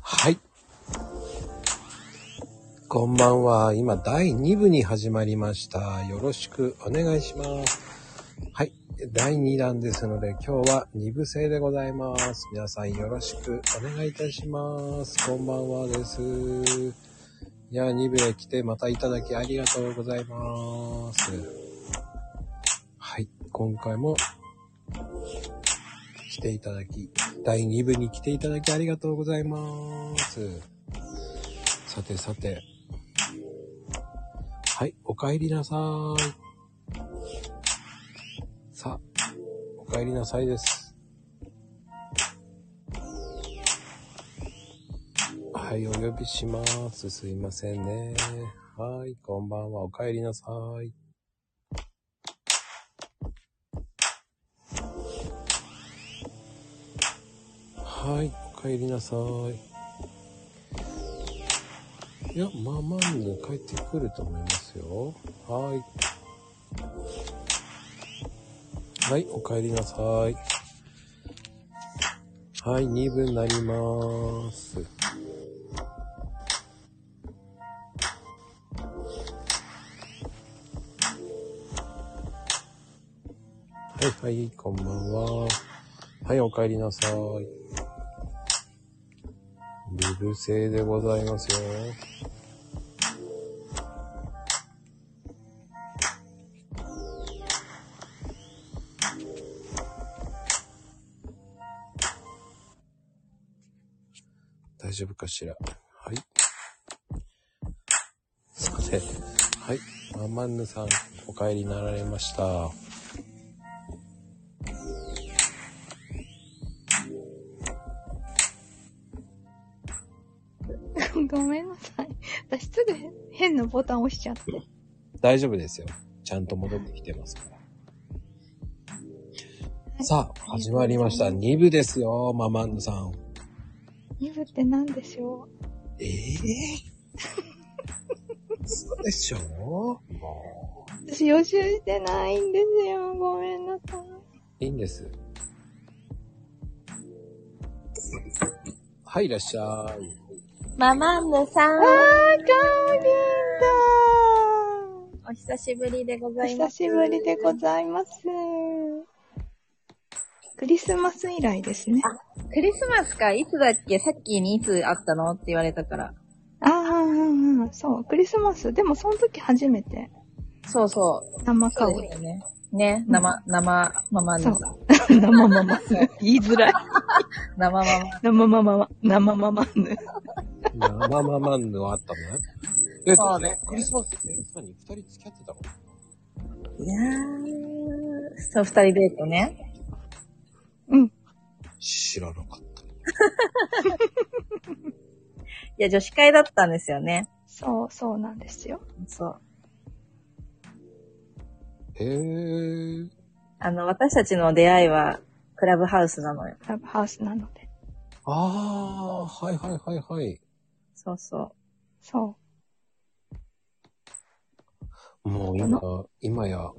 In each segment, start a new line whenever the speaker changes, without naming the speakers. はい。こんばんは。今、第2部に始まりました。よろしくお願いします。はい。第2弾ですので、今日は2部制でございます。皆さんよろしくお願いいたします。こんばんはです。いや、2部へ来てまたいただきありがとうございます。はい。今回も来ていただき、第2部に来ていただきありがとうございます。さてさて。はい、お帰りなさい。さあ、お帰りなさいです。はい、お呼びします。すいませんね。はい、こんばんは。お帰りなさい。はい、お帰りなさい。いや、まあまあに帰ってくると思いますよ。はい。はい、お帰りなさい。はい、2分になります。はいはい、こんばんは。はい、お帰りなさい。ブル製でございますよ。大丈夫かしら。はい。さて、はい。ママンヌさん、お帰りになられました。は
ごめんなさい。私すぐ変なボタン押しちゃって。
大丈夫ですよ。ちゃんと戻ってきてますから。さあ、始まりました。2部ですよ、ママンヌさん。
2部って何でしょ
え えそうでしょも
う私予習してないんですよ。ごめんなさい。
う。いいんです。はい、いらっしゃい。
ママンヌさん
あ、ー、か
お久しぶりでござ
おり
い
んだ
ま
お
す。
久しぶりでございます。クリスマス以来ですね。
クリスマスか、いつだっけさっきにいつ会ったのって言われたから。
ああ、うんうんそう、クリスマス。でもその時初めて
そうそう。
生
そ
顔
うですよね。ね、生、生、ママンヌさ ん。
生ママ。言いづらい。
生ママ。
生ママ、生マ マぬ。
生ママンヌはあったのね。え
そうです
クリスマスって何二人付き合ってたの
いやー。そう、二人デートね。
うん。
知らなかった。
いや、女子会だったんですよね。
そう、そうなんですよ。
そう。
へえ。
あの、私たちの出会いは、クラブハウスなのよ。
ラブハウスなので。
ああ、はいはいはいはい。
そうそ
そう。
もう今、今や、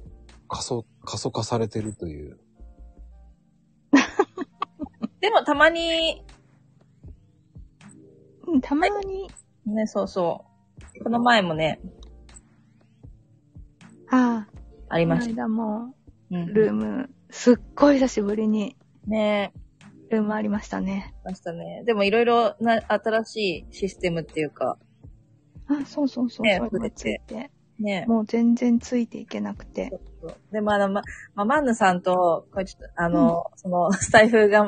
過疎、過疎化されてるという。
う。でも、たまに、
うん、たまに、
ね、そうそう。この前もね、
ああ、
あり
この
まし
間も、
た。うん。
ルーム、すっごい久しぶりに、
ね
ルームありましたね。
ましたね。でもいろいろな新しいシステムっていうか、
あ、そうそうそう、
ね
そういうのがつ
増え
いて。
ね。
もう全然ついていけなくて。
で、まあ、あのま、まあ、マンヌさんと、これちょっと、あの、その、スタイフが、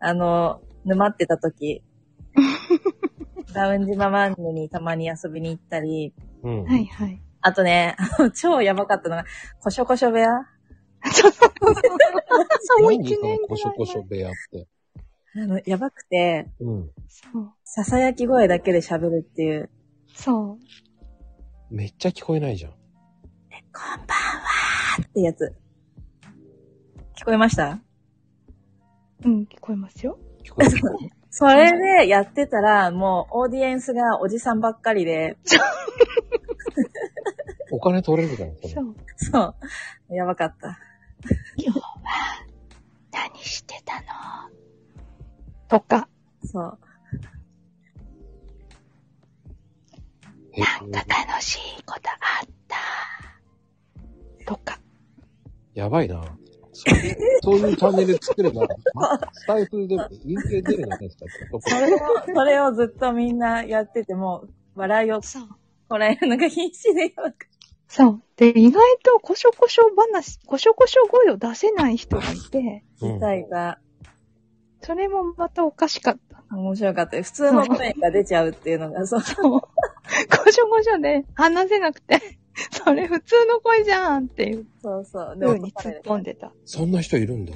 あの、沼ってた時、ラウンジママンヌにたまに遊びに行ったり、
うん。
はいはい。
あとね、 あの超やばかったのが、コショコショ部屋あ
そうそうそう。もう
何
一年ぐらい前。
こしょこしょ部屋って。
の、やばくて、
うん。
そう。
囁き声だけで喋るっていう、
そう。
めっちゃ聞こえないじゃん。
こんばんはーってやつ。聞こえました
うん、聞こえますよ。
聞こえない。
それでやってたら、もうオーディエンスがおじさんばっかりで、
お金取れるじゃん、それ
そ。う。
そう。やばかった。
今日は、何してたのとか、
そう。
え
なん
ー
か楽しいことあった。とか。
やばいな。そうそういうチャンネル作れ ば、まスタイフでも人気出るのかし
それを、それをずっとみんなやってても、笑いを
そう。
こらえるのが必死で、
そう。で、意外とこしょこしょ話、こしょこしょ声を出せない人がいて、
自体が
それもまたおかしかった。
面白かった。普通の声が出ちゃうっていうのが、そう。
そう。こしょこしょで話せなくて、 それ普通の声じゃんっていう
そうそう。
風に突っ込んでた。
そんな人いるんだ。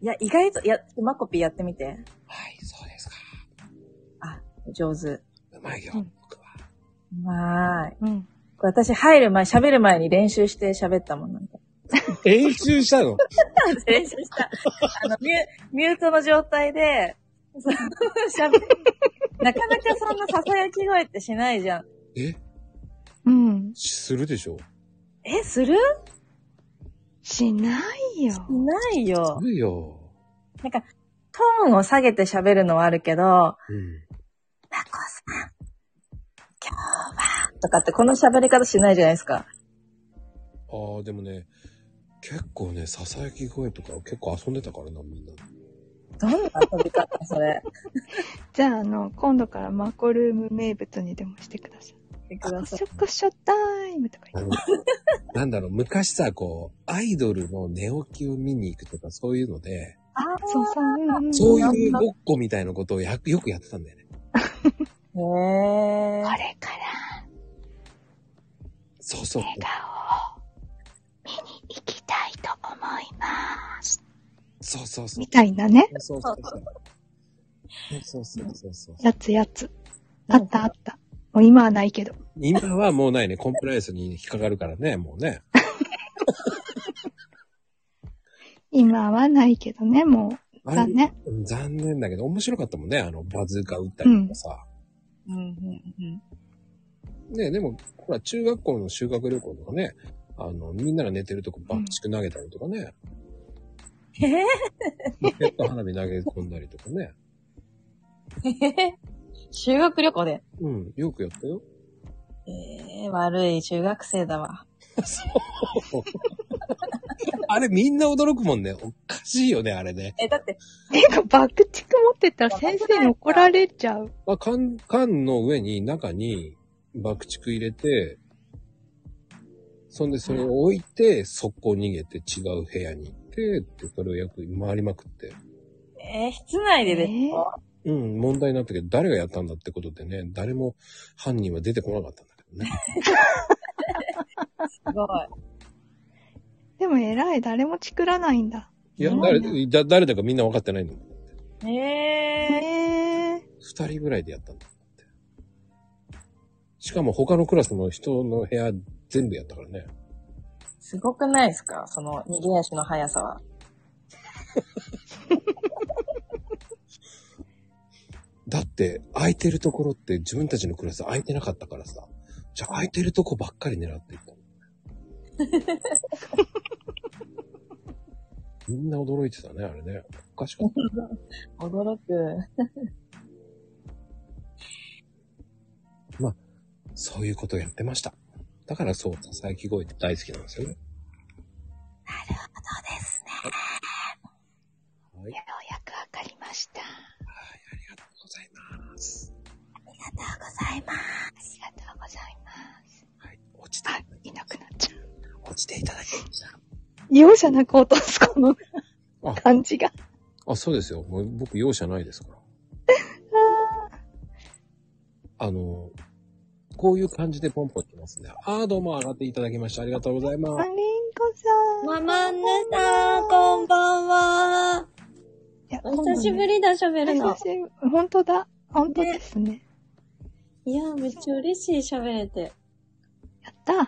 いや、意外と、や、マコピーやってみて。
はい、そうですか。
上手。
うまいよ、
うん
僕は。
うまーい。
うん。
私入る前、喋る前に練習して喋ったもんなんか。
練習したの
練習した。 あの、ミュ、ミュートの状態で、そう喋る。なかなかそんな囁き声ってしないじゃん。
え
うん。
するでしょ
え、する
しないよ。
いないよ
す。るよ。
なんか、トーンを下げて喋るのはあるけど、
うん。
タコさん、今日は、とかってこの喋り方しないじゃないですか。
ああ、でもね、結構ね、囁き声とか結構遊んでたからな、みんな。
どんな遊び方それ。
じゃあ、あの、今度からマコルーム名物にでもしてください。
してくだ
こ
さい
しょこしょタイムとか
あ
言っ
のなんだろう、昔さ、こう、アイドルの寝起きを見に行くとか、そういうので、
あ
て。そうそう。うんうん、
そう
こ
いうごっこみたいなことをやよくやってたんだよね。
う。へえ。
れから
そうそう。
笑顔を見に行きたいと思います。
そうそうそう
み。たいなね。
そうそうそう。そうそうそうそう。
やつやつ。あったあった。もう今はないけど。
今はもうないね。コンプライアンスに引っかかるからね、もうね。
今はないけどね、もう。
あれ
だ ね。
うん残念だけど、面白かったもんね。あの、バズーカ撃ったりとかさ。
うんうんうん。
ねでも、ほら、中学校の修学旅行とかね、あの、みんなが寝てるとこバッチク投げたりとかね、
へえ。
ロケット花火投げ込んだりとかね。
修学旅行で。
うん、よくやったよ。
ええ悪い中学生だわ。
そう。あれみんな驚くもんね。おかしいよね、あれね。
え、だって、
てか、爆竹持ってったら先生に怒られちゃう。
あ、缶、缶の上に、中に爆竹入れて、そんでそれを置いて、速攻逃げて違う部屋に行って、って、それをよく回りまくって。
えー、室内でですか、
うん、問題になったけど、誰がやったんだってことでね、誰も犯人は出てこなかったんだけどね。
すごい。
でも偉い、誰もチクらないんだ。
いや、
うん
誰、だ誰だかみんな分かってないんだもん。
ええ
ええ
二人ぐらいでやったんだもんって。しかも他のクラスの人の部屋全部やったからね。
すごくないですかその、逃げ足の速さは。
だって、空いてるところって自分たちのクラス空いてなかったからさ。じゃあ空いてるとこばっかり狙っていったの。みんな驚いてたね、あれね。おかしかった。
驚く。
そういうことをやってました。だからそう、囁き声って大好きなんですよね。なるほどですね。はい。
ようやくわかりました。あ
はい、ありがとうございます。
りがとうございます。ありがとうございます。
はい、落ちて、
あ、いなくなっちゃう。
落ちていただきました。
容赦なく落とす、この
あ
感じが。
あ、そうですよ。もう僕容赦ないですから。あの、こういう感じでポンポンいきますね。ああ、どうも上がっていただきました。ありがとうございま
マ
す。
リンコさん。
ママンヌさん、こんばんは。
いや
お久しぶ
り
りだ、喋るの。
本当だ。本当ですね。
いや、めっちゃ嬉しい、喋れて。
やった。い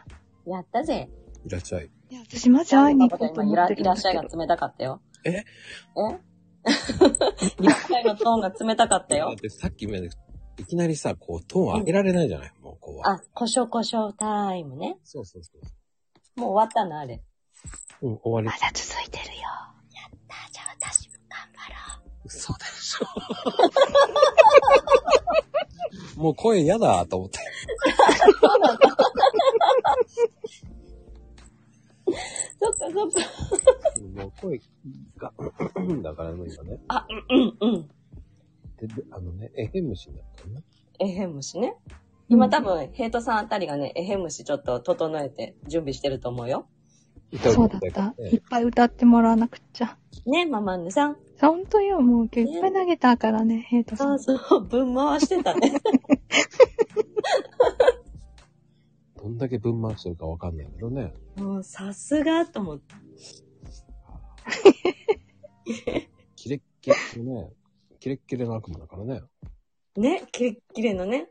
やったぜ。
いらっしゃい。
や、私マジ会いに行こうと
今、い
思っ
ら
てる
い
ん
ら
で
っ
す
しゃ
け
いが
ど。
冷たかったよ。
え
え いらっしゃいのトーンが冷たかった
だ
よ
っ。てさっきまで、いきなりさ、こう、トーン上げられないじゃない、もう、こう。
あ、こしょこしょタイムね。
そうそうそう。
もう終わったな、あれ。
うん、終わ
ま
り。
だ続いてるよ。
あ、じゃあ私も頑張ろ
嘘でし ょ。もう声嫌だと思って。
う。
だからね、今ね。
あ、うん、うん、うん。
で、であのね、エヘムシになったのね。
エヘムシね。今多分、ヘイトさんあたりがね、エヘムシちょっと整えて準備してると思うよ。
歌
そう
う
だ
と
っ
ね
た。いっぱい歌ってもらわなくっちゃ。
ね、ママンヌさん。
さ本当よ、もう今日いっぱい投げたからね、ヘイトさ
そ
ん
う。 そう、分回してたね。
どんだけ分回してるかわかんないけどね。
もう、さすがと思って。
キレッキレのね、キレッキレの悪夢だからね。
ね、キレッキレのね。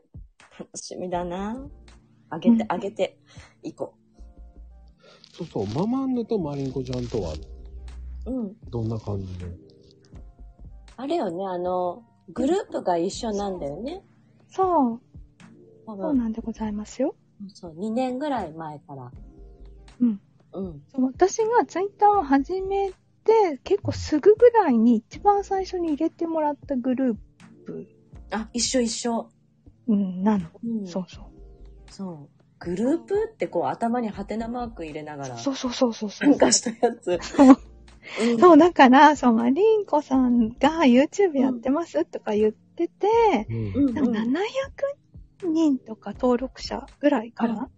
楽しみだな。あげて、あげて、いこ
そうそう、ママンヌとマリンコちゃんとは、
う。うん。
どんな感じで
あれよね、あの、グループが一緒なんだよね。
そう、
多
そう
分、
なんでございますよ。
そう、2年ぐらい前から。
うん。
うん。
そう私がツイッターを始めて、結構すぐぐらいに一番最初に入れてもらったグループ、
あ、一緒一緒。
うん、なの。
うん。
そうそう。
そう。グループってこう頭にハテナマーク入れながら、
そうそうそうそうそう。
参加したやつ。うん
そう、だから、そう、マリンコさんが YouTube やってますとか言ってて、
うん。
うん
でも
うん
700人とか登録者ぐらいかな。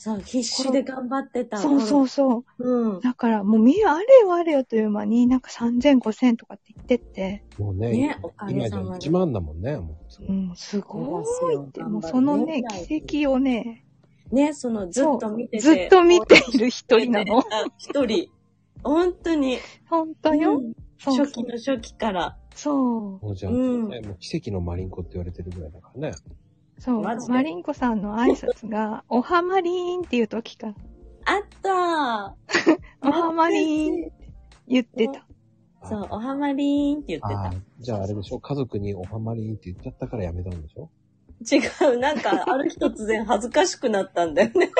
そう、必死で頑張ってた。。
そうそううそう。
うん。
だからもうみあれよあれよという間になんか3000、5000とかって言ってて、
もうね、
ねおかげ
今
さまで
じゃ1万だもんね。もう
うん、すごいって、も
頑張る
うそのね、
ね
奇跡をね、
ね、そのずっと見てて。
ずっと見ている一人なの。
あ。一人。本当に。
本当よ。そう
初期の初期から。
そう。
もうじゃあ、
うん
ねもう奇跡のマリンコって言われてるぐらいだからね。
そう。
マジで
マリンコさんの挨拶が、おはまりーんっていう時から、
あった
おはまりーんって言ってた。
ーそう、おはまりーんって言
ああ
っ、
じゃああれでしょ家族におはまりーって言っちゃったからやめたんでしょ
てた。違う、なんか、ある日突然恥ずかしくなったんだよね。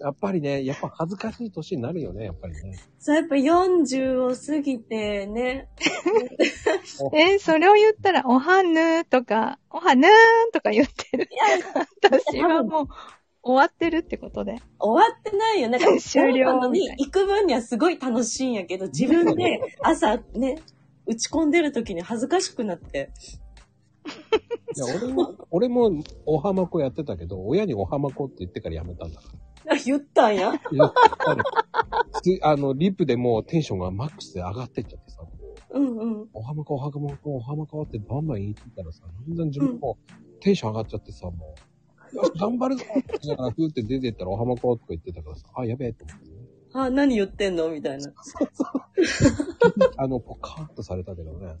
やっぱりね、やっぱ恥ずかしい年になるよね、やっぱりね。
そう、やっぱ40を過ぎてね。
えーそれを言ったら、おはぬーとか、おはぬーんとか言ってる。 私はもう、終わってるってことで。
終わってないよ。なんか
終了
なのに、行く分にはすごい楽しいんやけど、自 分で朝ね、打ち込んでる時に恥ずかしくなって。
いや、俺 も、俺もおはまこやってたけど、親におはまこって言ってからやめ たんだか
あ言ったん
ら。
や。
やっぱりつあの、リップでもうテンションがマックスで上がってっちゃってさ、こう
うんうん。
おはまこ、おはまこ、おはまこってバンバン言ってたらさ、だんだん自分もテンション上がっちゃってさ、もう、よし頑張るぞって言いながら、ふーって出てったら、おはまこって言ってたからさ、あ、やべえって思ってね。
あ、何言ってんのみたいな。
あの、ポカーンとされたけどね。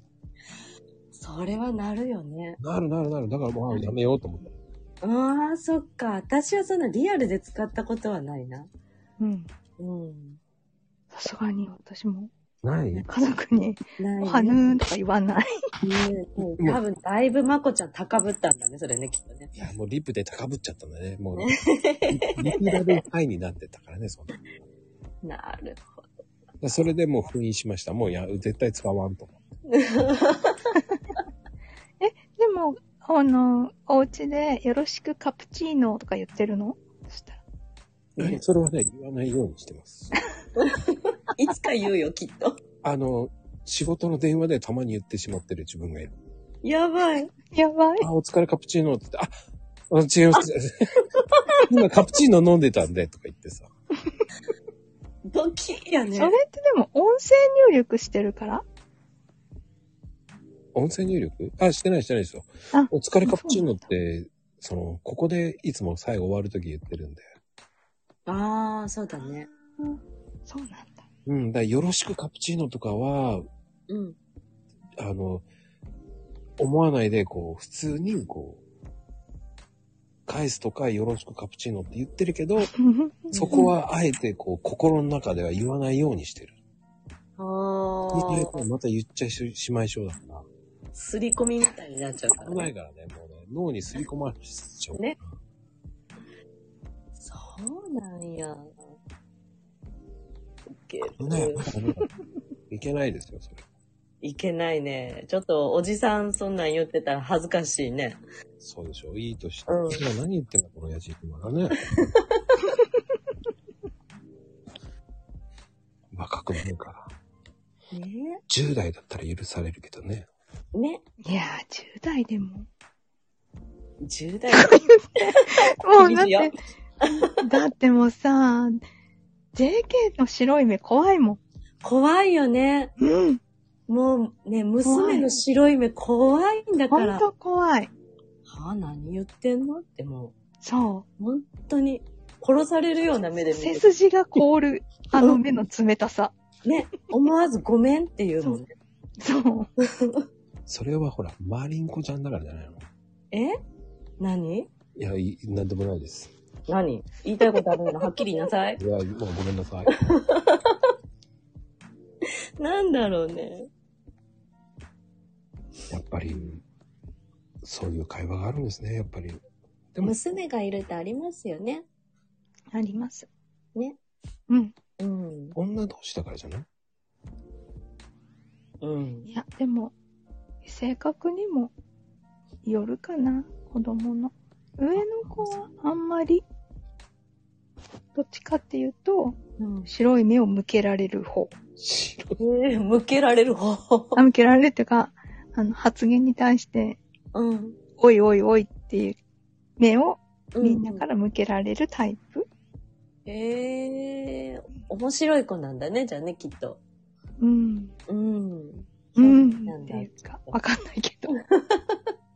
それはなるよね。
なるなるなる。だからもうやめようと思って。
ああ、そっか。私はそんなリアルで使ったことはないな。
うん。
うん。
さすがに私も、
ない
家族に、
ない、
お
ね。
はぬーんとか言わない。
ねうん多分、だいぶまこちゃん高ぶったんだね、それね、きっとね。
いや、もうリップで高ぶっちゃったんだね。 もう、リップラブハイになってたからね、そんな。
なるほど。
でそれでもう封印しました。もうや、絶対使わんと。
でも、あの、お家で、よろしくカプチーノとか言ってるのそしたら。
うん
それはね、言わないようにしてます。
いつか言うよ、きっと。
あの、仕事の電話でたまに言ってしまってる自分がいる。
やばい。
やばい。
あ、お疲れカプチーノって言って、あ、あ違います。今カプチーノ飲んでたんで、とか言ってさ。
ドキッやね
そ。れってでも、音声入力してるから
音声入力あ、してないしてないですよ
あ。
お疲れカプチーノって、その、ここでいつも最後終わるとき言ってるんで。
ああ、そうだね。
そうなんだ。
うん、だからよろしくカプチーノとかは、
うん。
あの、思わないで、こう、普通に、こう、返すとか、よろしくカプチーノって言ってるけ ど、そこはあえて、こう、心の中では言わないようにしてる。言っ
あ
てまた言っちゃいししまいそうだから。
あ、すり込みみたいになっちゃうから
危ない
ね。
からね、もうね、脳にすり込まれちゃう。
ねそうなんや。いけ
危ない
る。
危ないいけないですよ、それ。
いけないね。ちょっと、おじさんそんなん言ってたら恥ずかしいね。
そうでしょ。いい年して。
うん
今何言ってんのこの親父ってまだ ね。若くもねえから。
ね
10代だったら許されるけどね。
ね。
いやー、10代でも。
10代。
もうだっ
厳しいよ
て、だってもうさ、JK の白い目怖いもん。
怖いよね。
うん。
もうね、娘の白い目怖いんだか
ほん
ら。
と怖い。
はあ、何言ってんのっても、
そう
本当に殺されるような目で
う。
見
背
てる。
筋が凍る、あの目の冷たさ。
ね、思わずごめんって言うもんね。
そう。
それはほら、マリンコちゃんだからじゃないの
え何
いや、いなんでもないです。
何言いたいことあるならはっきり言いなさい。
いや、もうごめんな さい。
なんだろうね。
やっぱり、そういう会話があるんですね、やっぱり。でも、
娘がいるってありますよね。
あります。
ね。
うん。
うん。
女同士だからじゃない
うん。
いや、でも、性格にもよるかな。子供の。上の子はあんまり、どっちかっていうと、
うん、
白い目を向けられる方。
白い。
えー、向けられる方法。
あ向けられるっていうか、あの、発言に対して、
うん。
おいおいおいっていう目を
う
みんなから向けられるタイプ。
ええー、面白い子なんだね、じゃあね、きっと。
うん。
うん。
う。
そうなんん
っ
だ
ていうか、わかんないけど。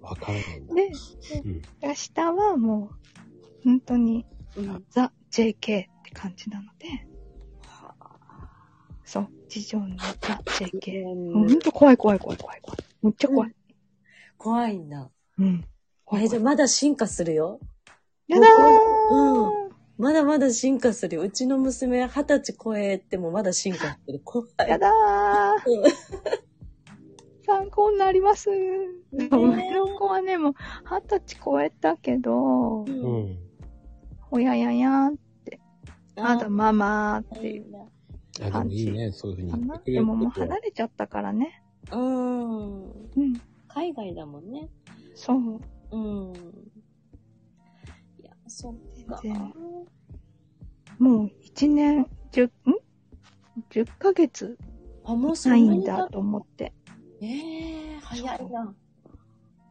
わかんないんだ。
で、
うん。
下はもう、本当に、
うん、
ザ・ JK って感じなので、そう、次女のザ・ JK。ほんと怖い怖い怖い怖い怖い。めっちゃ怖い。
怖いんだ。
うん。怖
え
い
ーじ
怖
ゃあ
い。
まだ進化するよ。
やだー
うん。まだまだ進化するよ。うちの娘、二十歳超えてもまだ進化してる。怖い。
やだ
う
ー参考になります。上の子はね、もう、二十歳超えたけど、
う
うん。
ん。
おやややん、まだ
あ
ママーっていう
う
あ、でもいいね、そういうふうに
か
言っ
な
て。くれ
で
る
ももう
ことは
離れちゃったからね。
ん。
うん。
海外だもんね。
そう。
うん。いや、そっか。
全然もう一年、十、ん十ヶ月
あ、もうそ
ない
んなんに経
だ
っ
と思って。
ええ早いな。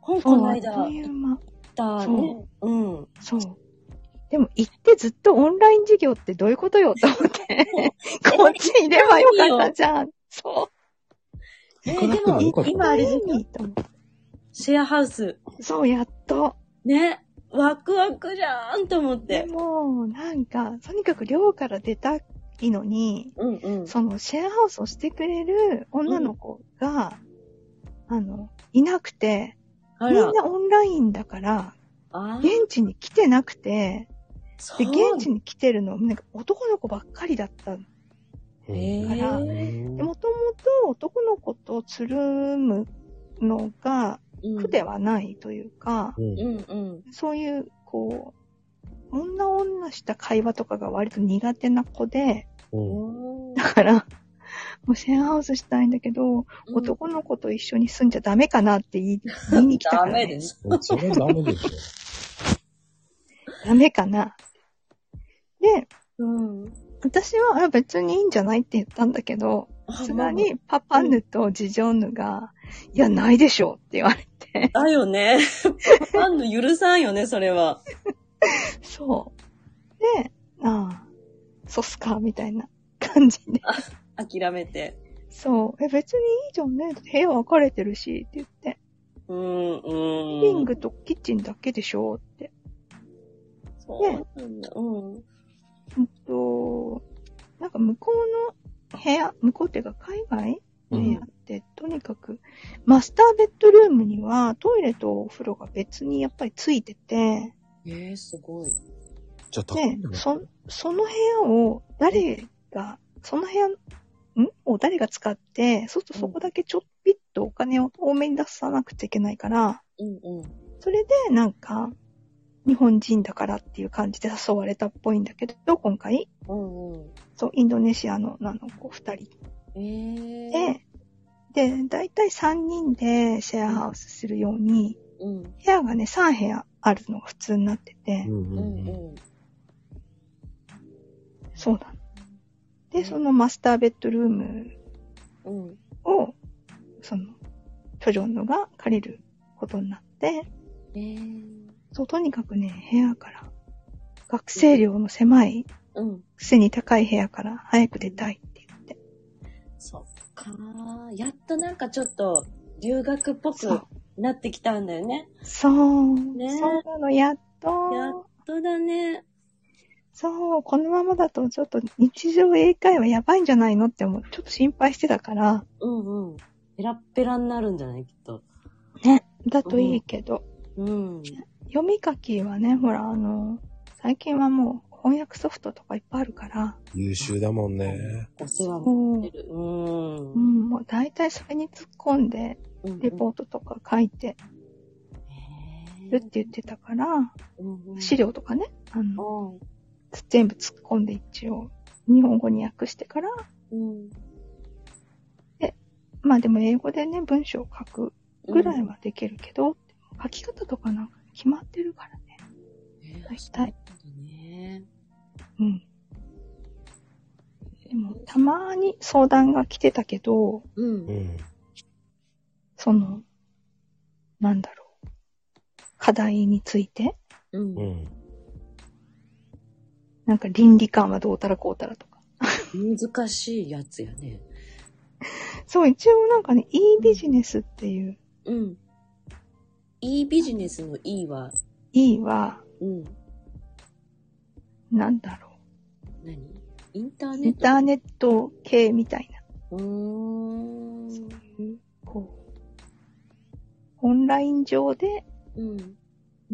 香
そ
港
う
の
あっ
間
とい
行
う間。
ったね
そ。
うん。
そう。でも行ってずっとオンライン授業ってどういうことよと思って。 こっちにいればよかったじゃん。そ
え
行かなくても
う。
よかった
えでもい今あれ
いいにと思って
シェアハウス。
そう、やっと。
ね。ワクワクじゃーんと思っ
で
て。
も、なんか、とにかく寮から出たいのに、
うんうん。
そのシェアハウスをしてくれる女の子が、あの、いなくて、
あ
みん
ら。
なオンラインだから、
あー
現地に来てなくて、
そう
で、現地に来てるの、なんか男の子ばっかりだった。で、
うん
えー
からもともと男の子とつるむのが
うん
苦ではないというか、
うん
うんうん。
そういう、こう、女女した会話とかが割と苦手な子で、
うん
お
だから、もうシェアハウスしたいんだけど、
ー
男の子と一緒に住んじゃダメかなって言 い言いに来たか
ダ
ら、
メ
ね
で。す。
うん。それはダメでしょ。
ダメかな。で、
うん。
私はあ別にいいんじゃないって言ったんだけど、さすがにパパヌとジジョンヌが、いや、ないでしょうって言われて、
だよね。 ファンの許さんよね、それは。
そう。で、ああ、そうっすか、みたいな感じで。
諦めて。
そう。え、別にいいじゃんね。部屋分かれてるし、って言って。
うん、うん。
リビングとキッチンだけでしょうって。
そうなんだ。うん。
うんと、なんか向こうの部屋、向こうっていうか海外
う
の部屋
ん。
って、とにかく、マスターベッドルームにはトイレとお風呂が別にやっぱりついてて、
ええすごい。
じゃあ高い
ね
んだ、ね。
そ、その部屋を誰が、その部屋、んを誰が使って、そうするとそこだけちょっぴっとお金を多めに出さなくちゃいけないから、
うん、うん。
それでなんか、日本人だからっていう感じで誘われたっぽいんだけど、今回、
うん、うん。
そう、インドネシアの、あの、子二人
ええ
で、で、だいたい3人でシェアハウスするように、
うん、
部屋がね、3部屋あるのが普通になってて、
うん
う
うん
ん、
う。
うんん。
そうだ。で、そのマスターベッドルーム
うん。
を、その、チョジョンヌが借りることになって、
えー、
そう、とにかくね、部屋から、学生寮の狭い、
うん。
背に高い部屋から早く出たいって言って。
そっかー。やっとなんかちょっと、留学っぽ
そ
く
う。
なってきたんだよね。
そう。
ねえ
そうなの、やっと。
やっそうだね。
そう、このままだとちょっと日常英会話やばいんじゃないのって思う。ちょっと心配してたから、
うんうん。ペラッペラになるんじゃないきっと。
だといいけど、
うん。
読み書きはね、ほら、あの、最近はもう翻訳ソフトとかいっぱいあるから、
優秀だもんね。
お世話
う
も
ん、
してる。うん
う。ん、もう大体それに突っ込んで、
うん
レポートとか書いて
へ
るっ
ー
て言ってたから、
うんうん
資料とかね、あの、
うん
全部突っ込んで一応、日本語に訳してから、
うん。
まあでも英語でね、文章を書くぐらいはできるけど、書き方とかなんか決まってるからね。
ね。
大体。
そうだね。
うん。でも、たまに相談が来てたけど、
う。
うんん。
その、なんだろう。課題について、
う。
うんん。
なんか倫理観はどうたらこうたらとか。
難しいやつやね。
そう、一応なんかね、いいビジネスっていう、
うん。いいビジネスのいいは、
いいは、
うん。
なんだろ
何インター
う。
ネ
イン
ット
ターネット系みたいな。
うーん。
そういう、こう、オンライン上で
うん。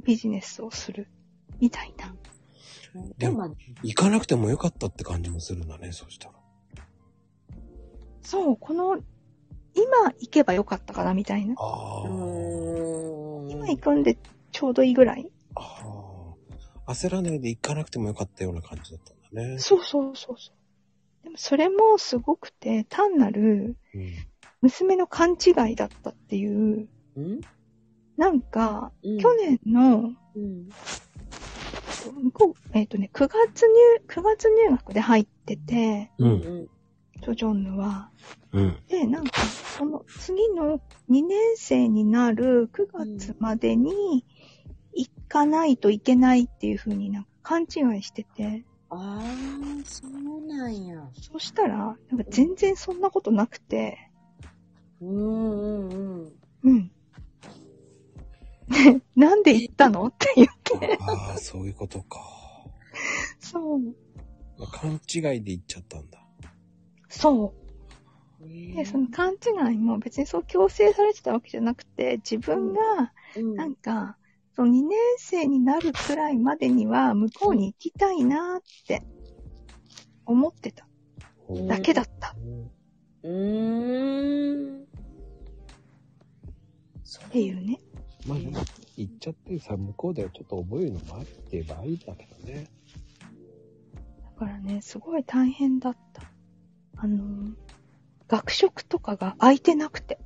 ビジネスをする、みたいな。
でも
まあ
行かなくてもよかったって感じもするんだね、そしたら。
そう、この、今行けばよかったかな、みたいな。
あー
うーん。
今行くんでちょうどいいぐらい。
あー。焦らないで行かなくてもよかったような感じだったんだね。
そうそうそうそう。でもそれもすごくて、単なる
うん。
娘の勘違いだったっていう、
うん
なんか、
うん
去年の、
うん。
向こう、えっ、とね、9月入、9月入学で入ってて、
う。
うんん。
ジョジョンヌは。
うん。
で、なんか、その次の2年生になる9月までに行かないといけないっていう風になんか勘違いしてて、
ああ、そうなんや。
そしたら、なんか全然そんなことなくて、
うんうんうん。
うん。 でなんで行ったのって言って。
ああ、そういうことか。
そう。
勘違いで行っちゃったんだ。
そう。で、その勘違いも別にそう強制されてたわけじゃなくて、自分が、
うん
なんか、その2年生になるくらいまでには向こうに行きたいなって思ってた
うん
だけだった
うーん。そ
っていうね。
まあ、行っちゃってさ、向こうでちょっと覚えるのもあってばいいんだけどね。
だからね、すごい大変だった。あの、学食とかが空いてなくて。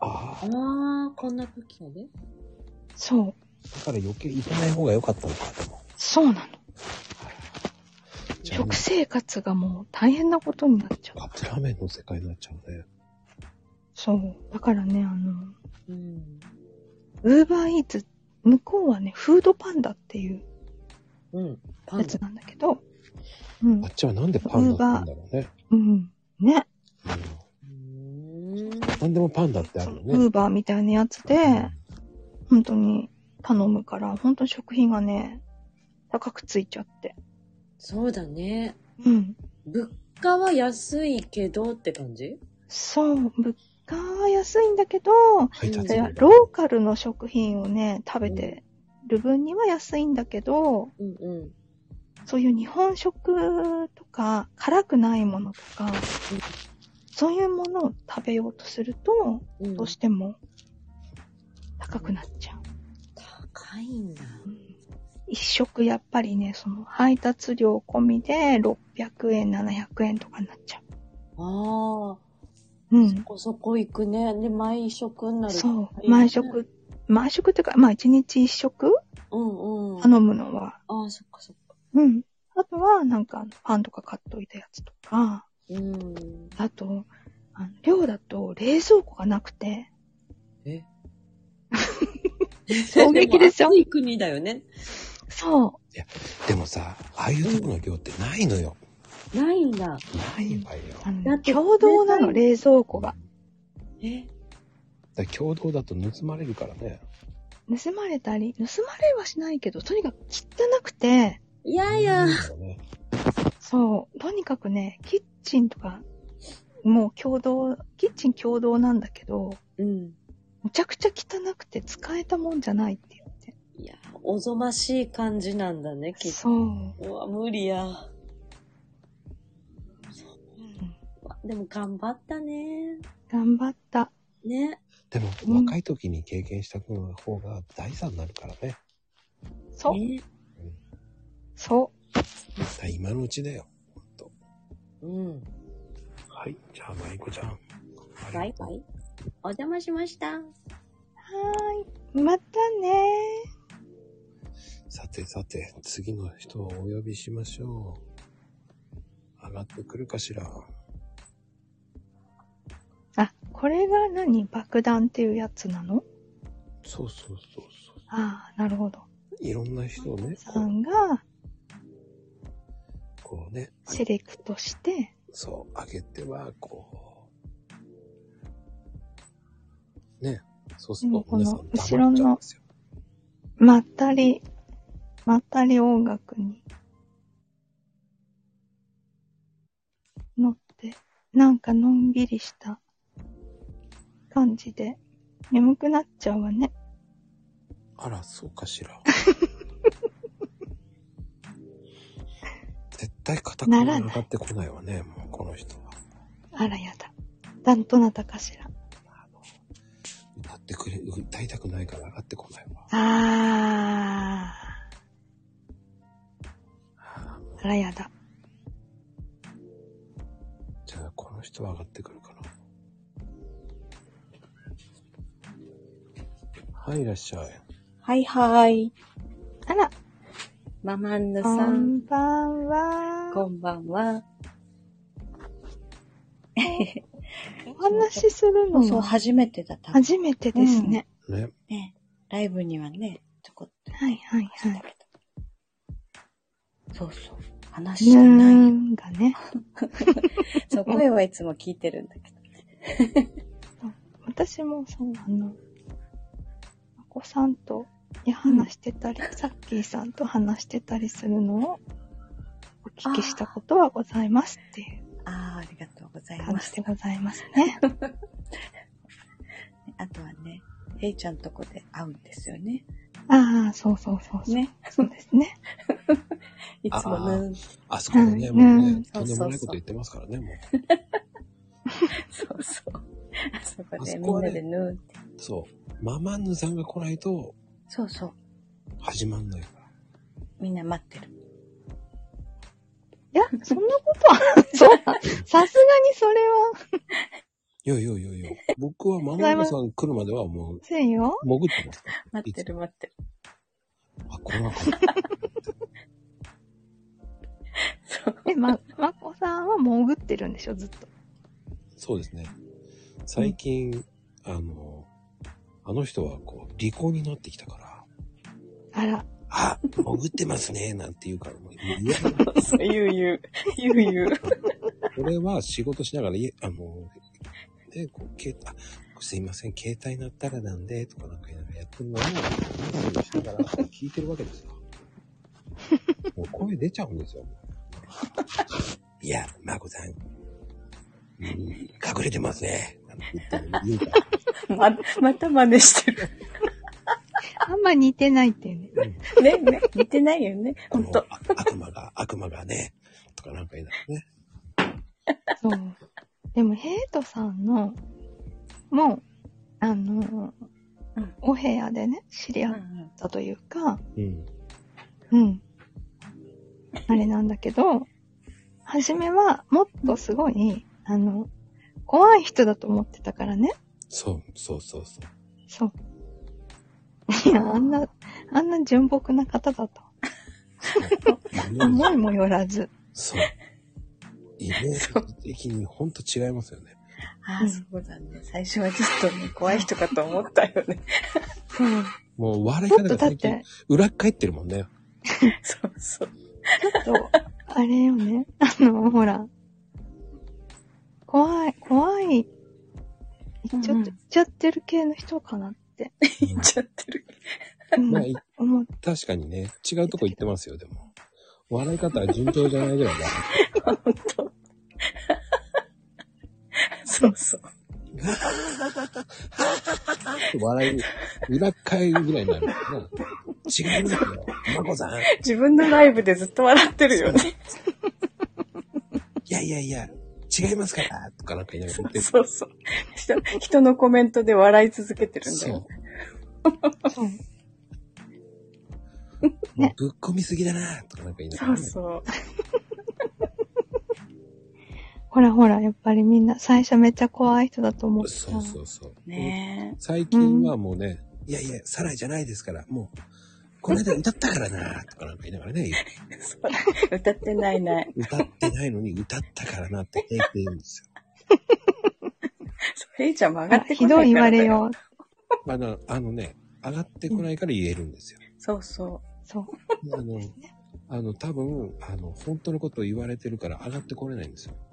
ああ、
ああ、こんな時はね。
そう。
だから余計行かない方が良かったのか、でも。
そうなの。
じゃあ
食生活がもう大変なことになっちゃう。
カップラーメンの世界になっちゃうね。
そう。だからね、あの、
うん。
ウーバーイーツ、向こうはね、フードパンダっていう
うん。パ
や
ン
つなんだけど、うん
あ、っちはなんでパンダなんだろうね。
うん、ね、
うん。
うーん。
なんでもパンダってあ
そ
る
の
よ
ウ
ね。
ーバーみたいなやつで、本当に頼むから、本当に食費がね、高くついちゃって。
そうだね。
うん。
物価は安いけどって感じ
そう、物価は安いんだけど、
配達
で
料
ローカルの食品をね、食べてる分には安いんだけど、
うんうん。
そういう日本食とか、辛くないものとか、そういうものを食べようとすると、
うん、
どうしても高くなっちゃう。
高いんだ。
一食やっぱりね、その配達料込みで600円、700円とかになっちゃ
ああ、
う。う
そ
ん。
こそこ行くね。で、毎食になる。
そう。毎。食、毎食っていうか、まあ一日一食
うんうん。
頼むのは。
ああ、そっかそっか。
うん。あとは、なんか、パンとか買っといたやつとか、
うん。
あと、あの寮だと冷蔵庫がなくて、
え
衝撃でしょ
も暑い国だよね。
そ
でもさ、ああいうとこの量ってないのよ。
ないんだ。
ないわよ。
う、あ
だっ
の
て
共同なの、冷蔵庫が。
え、
だから共同だと盗まれるからね。
盗まれたり、盗まれはしないけど、とにかく汚くて、
いやいや。
そうね
そう、とにかくね、キッチンとか、もう共同、キッチン共同なんだけど、
うん。
むちゃくちゃ汚くて使えたもんじゃないって言っ
いや、おぞましい感じなんだね、き
て。
っと。
そう。
うわ、無理や。
うん
うわでも頑張ったね。
頑張った。
ね。
でも、
うん
若い時に経験した方が財産になるからね。
そう、
ね
そ
だから今のうちだよ。
うん。
はい。じゃあ、まいこちゃん。
バイバイ。お邪魔しました。
う。はーい。またね
さてさて、次の人をお呼びしましょう。上がってくるかしら。
ー。あ、これが何爆弾っていうやつなの
そうそうそうそう。
ああ、なるほど。
いろんな人をね、
さんが
こうね、
セレクトして、
そう、上げては、こう。ね。そうすると
でもこの
皆さん黙っちゃうんですよ。
まったり、まったり音楽に乗って、なんかのんびりした感じで、眠くなっちゃうわね。
あら、そうかしら。 絶対固く
な
上
らない
がってこないわね、もうこの人は。
あらやだ。だんとなたかしら。
歌ってくれ、歌いたくないから上がってこないわ。
あ
はあ
ー、あらやだ。
じゃあ、この人は上がってくるかな。はい、いらっしゃい。
はいはい。
あら、
ママンヌ
こ
さん、
んばんは。
こんばんは。
お話しするの
そう、
は
初めてだった。
初めてですね。
ね。
ね。ライブにはね、ちょこっと。
はいはいはい。
そうそう。話して
ぬー
ないよ。
んがね。
そう、声はいつも聞いてるんだけど。
私もそう、あの、お子さんと、いや、話してたり、さっきーさんと話してたりするのを、お聞きしたことはございますっていう
ああ、ありがとうござい
感
ま
じ
す
で。ございますね。
あとはね、ヘイちゃんとこで会うんですよね。
ああ、そうそうそうそう。
ね。
そうですね。
いつも
あ
ね、
あそこでね、
うん
もう
う
ね
ん、
とんでもないこと言ってますからね、もう。
そうそう。あそこ
あ
で
そ
み
こ
ん
はね
なでヌーって。
そう。ママンヌさんが来ないと
そうそう。
始まんないから。
みんな待ってる。
いや、そんなことは、そうさすがにそれは、
いやいやいやいや、 僕はママンヌさん来るまではもう
せんよ。
潜ってますから。
待ってる待ってる。
あ、来なかった。
そう。
え、ま、まこさんは潜ってるんでしょ、ずっと。
そうですね。最近、あの、あの人はこう、離婚になってきたから、
あら、
あ、潜ってますね、なんて言うから、もう言わない
そう、言う言う。言う言う。
俺は仕事しながら、いえあの、で、こう、携あ、すいません、携帯鳴ったらなんで、とかなんか言いながらやってるのを、しながら聞いてるわけ ですよ。もう声出ちゃうんですよ。いや、まこさん、うん隠れてますね。なんて言ったら言うから
ま、また真似してる。
あんま似てないっていうね。
ね、ね、似てないよね。ほ
こ
ん
の
と。
あ悪魔が、悪魔がね、とかなんか言いながらね。
そう。でも、ヘイトさんの、もう、あの、
うん
お部屋でね、知り合ったというか、
うん。
うん。あれなんだけど、初めはもっとすごい、あの、怖い人だと思ってたからね。
そう、そうそう そう。
そう。いや、あんな、あんな純朴な方だと。思いもよらず。
そう。イメージ的にほんと違いますよね。
ああ、そうだね。最初はちょっとね、怖い人かと思ったよね。
そう。
もう笑い
ちょっ
方
と
が
だっ
最
て
近、、裏返ってるもんね。
そうそう。
ちょっと、あれよね。あの、ほら。怖い、怖い。言っちゃ
うんう
っ
ん
て、言っちゃってる系の人かなって。
言っちゃってる。
うん
まあ、い
思っ
確かにね、違うとこ行ってますよ、でも。笑い方は順調じゃないぐらいだ。
そうそう。
笑い、裏返るぐらいになるからな。違いますよ。まこさん。い
自分のライブでずっと笑ってるよね。
やいやいや、違いますから。とかなんか言いながら言ってる。
そうそう。人人のコメントで笑い続けてるんだ
そう
よ。。
た。そう。
もうぶっ込みすぎだな。とかなんか言いなが
そ
らね。
うそう。
ほらほら、やっぱりみんな最初めっちゃ怖い人だと思って
そう
た。
そうそう。
ね
最近はもうね、いやいや、サライじゃないですから、も う、この間歌ったからな。とかなんか言いながらね、
え。そう歌ってないない。
歌ってないのに歌ったからなって平気で言うんですよ。
そうレイちゃんも上
ほ
が
ら
って
ひ
こな
どい
い
言
から
わ
だ
れ。よ う。
まあな、あのね、上がってこないから言えるんですよ。
そうそ
そう。
あの、あの、多分、あの、本当のことを言われてるから上がってこれないんですよ。
う。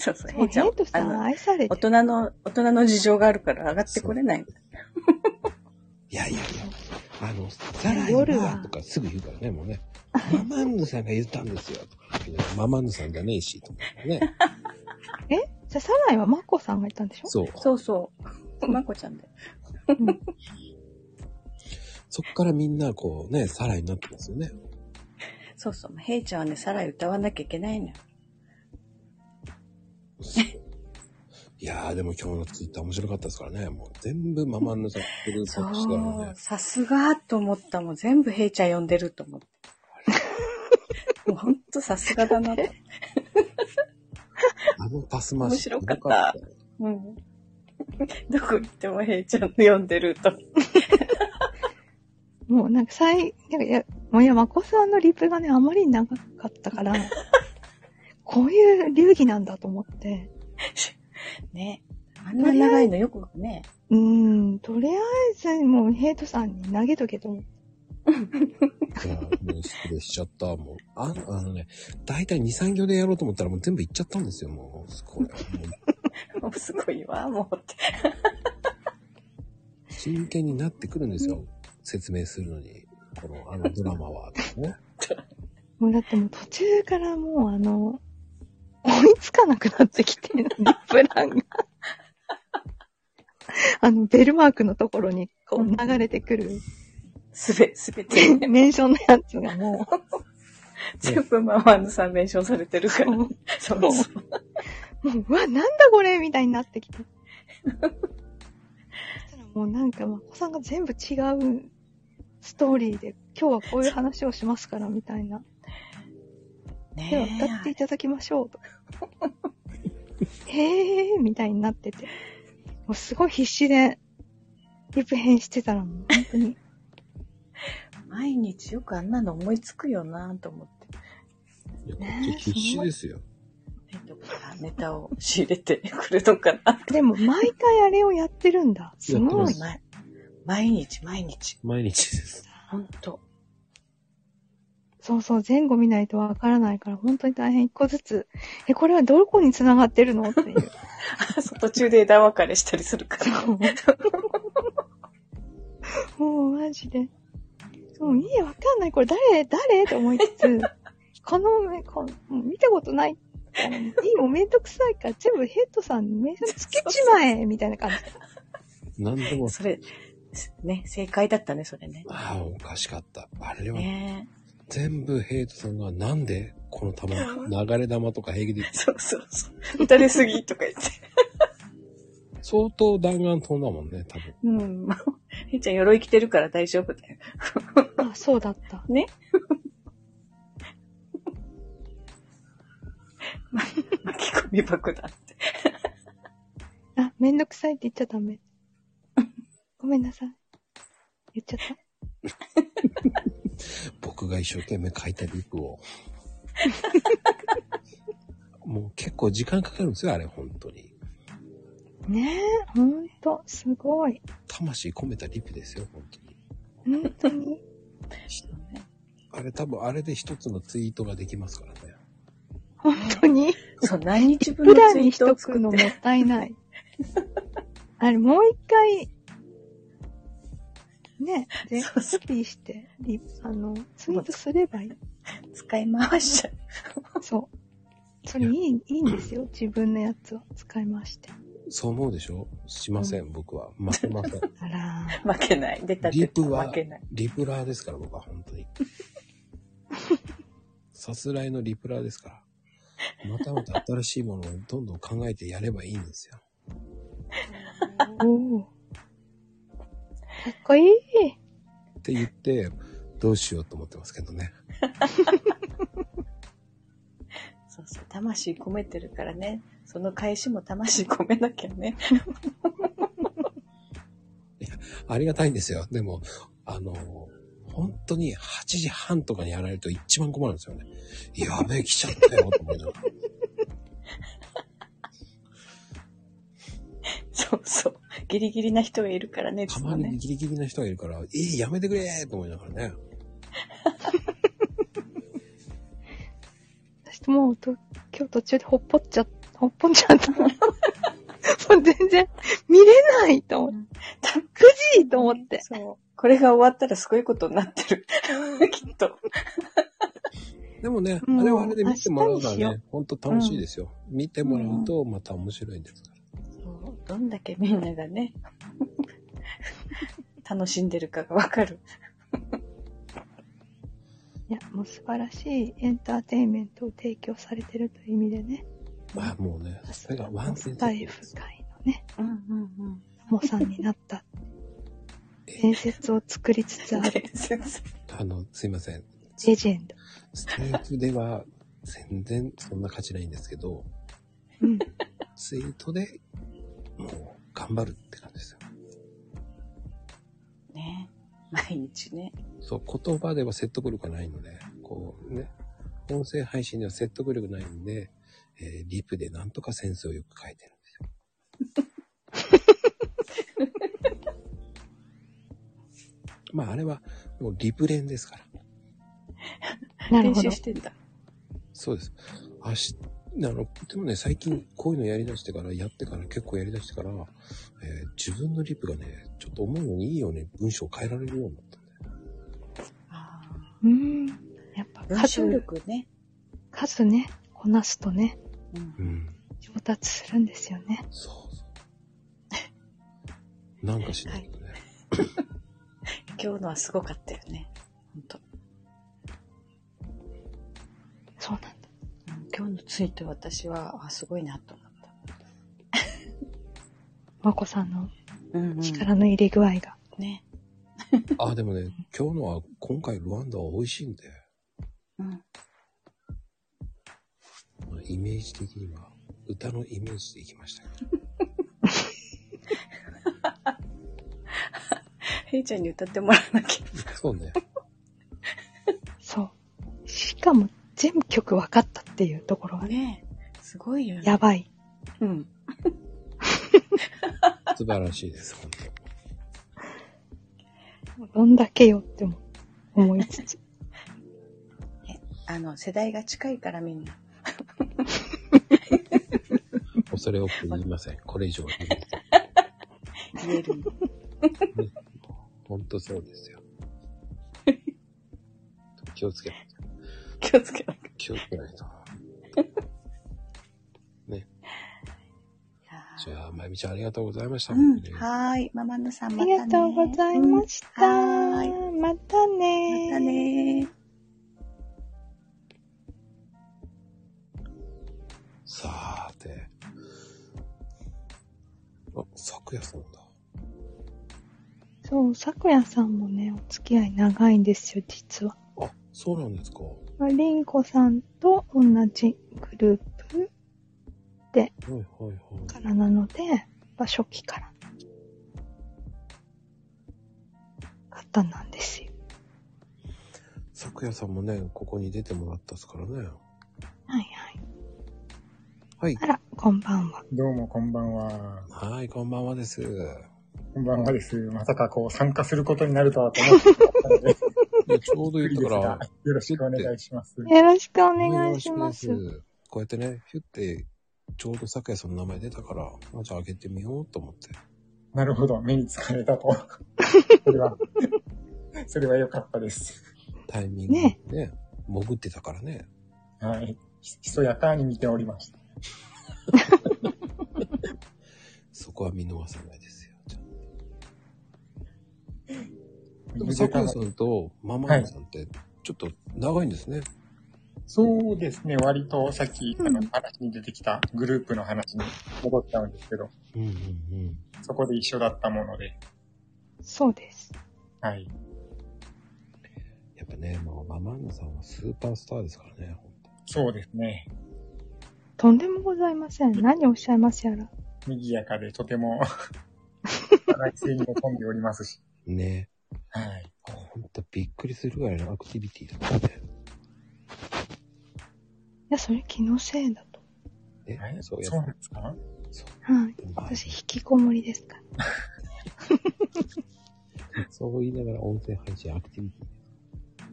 そう
そ
そう。レ
う、
イちゃん
ヘイトさ
あ
んは
の、
愛され
大
て
人の、大人の事情があるから上がってこれない。
いやいやいや、あの、サライ
夜
は
は
とかすぐ言うからね、もうね。ママンヌさんが言ったんですよ、とか。ママンヌさんじゃねえし、とか ね。
じゃあ、サライはマッコさんがいたんでしょ
そう。
そうそう。まこちゃんだよ。
そっからみんな、こうね、サライになってますよね。
そうそう。ヘイちゃんはね、サライ歌わなきゃいけないのよ。
いやー、でも今日のツイッター面白かったですからね。もう全部ママンヌさんってる
そ
ことしてからね
う。。さすがと思ったもん。全部ヘイちゃん呼んでると思って。 もうほんとさすがだなって。
あのパス回し。
面白かったうん。 どこ行ってもヘイちゃん呼んでると。
もうなんか最、なんかいや、もういや、マコさんのリプがね、あまりに長かった から、こういう流儀なんだと思って、
ね。あんな長いのよく ね。
うーん、とりあえずもうヘイトさんに投げとけと思って。
いや、もう失礼しちゃった。もう、あのあのね、だいたい2、3行でやろうと思ったらもう全部いっちゃったんですよ、もう。これ、もう
もうすごいわ、もうって。
真剣になってくるんですよ。説明するのに。この、あのドラマは。ね。
もうだってもう途中からもうあの、追いつかなくなってきて、リプランが。 あの、ベルマークのところにこう流れてくる、
すべ、すべて、
メンションのやつがもう、
全部ママのさんメンションされてるから。
も
そう
も
そう。
う、もううわ、なんだこれみたいになってきて。そしたらもうなんか、まこさんが全部違うストーリーで、今日はこういう話をしますから、みたいな。では、
ね
歌っていただきましょう、とか。へー、みたいになってて。もうすごい必死で、リプ編してたらもう、本当に。
毎日よくあんなの思いつくよなと思って。
いや、こ
ね
っち必死ですよ。
ヘイトがネタを仕入れてくれとかな。
でも、毎回あれをやってるんだ。す
やって
ご
ま
い。
す
毎毎日毎日。
毎日です。
ほんと。
そうそう、前後見ないとわからないから、本当に大変一個ずつ。え、これはどこに繋がってるのっていう。
そう途中で枝分かれしたりするから。
もうマジで。もういいや、わかんない。これ誰誰と思いつつ、この目、この見たことない。いいもうめんどくさいから、全部ヘッドさんに名刺つけちまえみたいな感じ。
何でも、
それ、ね、正解だったね、それね。
ああ、おかしかった。あれは
ね
全部ヘイトさんがなんでこの玉、流れ玉とか平気で
そうそうそう。打たれすぎとか言って。
相当弾丸飛んだもんね、多分。
うん。もうヘイちゃん鎧着てるから大丈夫だよ。
あ、そうだった。
巻き込み爆弾って。
あ、めんどくさいって言っちゃダメ。ごめんなさい。言っちゃった。
僕が一生懸命書いたリプを。もう結構時間かかるんですよ、あれ、本当に。
ねえ、ほんと、すごい。
魂込めたリプですよ、本当に。
ほんとに。
あれ多分あれで一つのツイートができますからね。
ほんとに。
そう、何日分の
普段
ツイ
に
ー
し
ト
と
を作
く
っ
のも
て。
ったいない。 あれ、もう一回、ね、全部コピーして、リあの、ツイートすればいい。
使い回しちゃう。
そう。それいい、いいんですよ。自分のやつを使いまして。
そう思うでしょしません、僕は。負けません。
あらー。
負けない。出た出
リ
た。
プは
負けない。
リプラーですから、僕は本当に。さすらいのリプラーですから。またまた新しいものをどんどん考えてやればいいんですよ。
おお。かっこいい。
って言って、どうしようと思ってますけどね。
そうそう、魂込めてるからね。その返しも魂込めなきゃね。
ありがたいんですよ。でも、あの、本当に8時半とかにやられると一番困るんですよね。やべえ、来ちゃったよ、と思いながら。
そうそう。ギリギリな人がいるからね、い
た
つ
ま
も
に
ね。
ギリギリな人がいるから、えー、やめてくれと思いながらね。
私もうと、今日途中でほっぽっちゃ、ほっぽんちゃった。も う全然見れないと思って。9時と思って。
そう。これが終わったらすごいことになってる。 きっと。
でもね、
うん
あれはあれで見てもらうの
明日
は
にしよ
ね、ほんと楽しいですよ。見てもらうとまた面白いんですから。
そうどんだけみんながね、 楽しんでるかがわかる。
いや、もう素晴らしいエンターテインメントを提供されてるという意味でね。
まあもうね、それがワンセン
スタイフ界のね、
うんうん
おもさんになった。伝説を作りつつある
伝説。
あの、すいません。
レジェンド。
スタイフでは全然そんな価値ないんですけど、
うん。
ツイートでもう頑張るって感じですよ。
ね。毎日ね。
そう、言葉では説得力がないので、こうね、音声配信では説得力ないんで、えーリプでなんとかセンスをよく書いてるんですよ。 まああれはもうリプ練ですから。
なる
練
ほ
習
ど。
してんだ。
そうです。あし、あの、でもね、最近こういうのやりだしてから、やってから、結構やりだしてから、えー自分のリプがね、ちょっと思うようにいいように文章を変えられるようになったんだよ。
あ
うん。やっぱ
ー文章
数、
力ね。
数ね、こなすとね、
う
う
ん
ん。
上達するんですよね。
そうそう。なんかしないとね。
今日のはすごかったよね。本当。
そうなんだ。
うん今日のツイート私は、あ、すごいなと思っ
まこさんの
た。うん、力。
力の入れ具合が。
ね。
あ、でもね、今日のは、今回ルワンダは美味しいんで、
うん。
まあイメージ的には、歌のイメージでいきま したけど。
ヘイちゃんに歌ってもらわなきゃ。
そうね。
そう。しかも全部曲分かったっていうところがね、
ねすごいよね。
やばい。
うん。
素晴らしいです、本当
どんだけよっても思いつつ。
あの、世代が近いからみ んな。
恐れ多く言いません。これ以上は言いません。
言える。
本当そうです よ。気をつけ、
気をつけなきゃ。い
気をつけないと。
やー
じゃあ、まゆみちゃんありがとうございました。
うん。はーい。ママンヌさん
あ
ま
り
たね。
がとうございました。
うんはー
またね
またねー。
さーて。あ、昨夜さんだ。
そう、さくやさんもね、お付き合い長いんですよ、実は。
あ、そうなんですか。
まありんこさんと同じグループ
はいはいはい。
からなので、やっぱ初期から。方なんですよ。
昨夜さんもね、ここに出てもらったっすからね。
はいはい。
はい。
あら、こんばんは。
どうもこんばんは。
はい、こんばんはです。
こんばんはです。まさかこう参加することになるとはと思ってなかったので、
いやちょうど言
びっ
っ
くり
た
です
から
が、、よろしくお願いします。
よろしくお
お
願いします。
こうやってね、ヒュって、ちょうど昨夜その名前出たから、まあ、じゃああげてみようと思って。
なるほど、目につかれたと。 それは、それは良かったです。
タイミングね、ね潜ってたからね。
はい。ひひそやかに見ておりました。
そこは見逃さないですよ。じゃあで
ゆ
も、
でた
昨
ま
夜さんとママンさんって、ちょっと長いんですね。
そうですね、割とさっき、あの、話に出てきたグループの話に戻っちゃうんですけど、
うんうんうん。
そこで一緒だったもので、
そうです。
はい。
やっぱね、もうママンナさんはスーパースターですからね、本当
そうですね。
とんでもございません。何をおっしゃいますやら。
賑やかでとても、 話性にも飛んでおりますし。
ね。
はい。
ほんとびっくりするぐらいのアクティビティだからね。
いや、それ気のせいだと。
え
はい
そうや
そうなんですか
はい。
っ
私、引きこもりですから。
そう言いながら音声配信アクティビティ。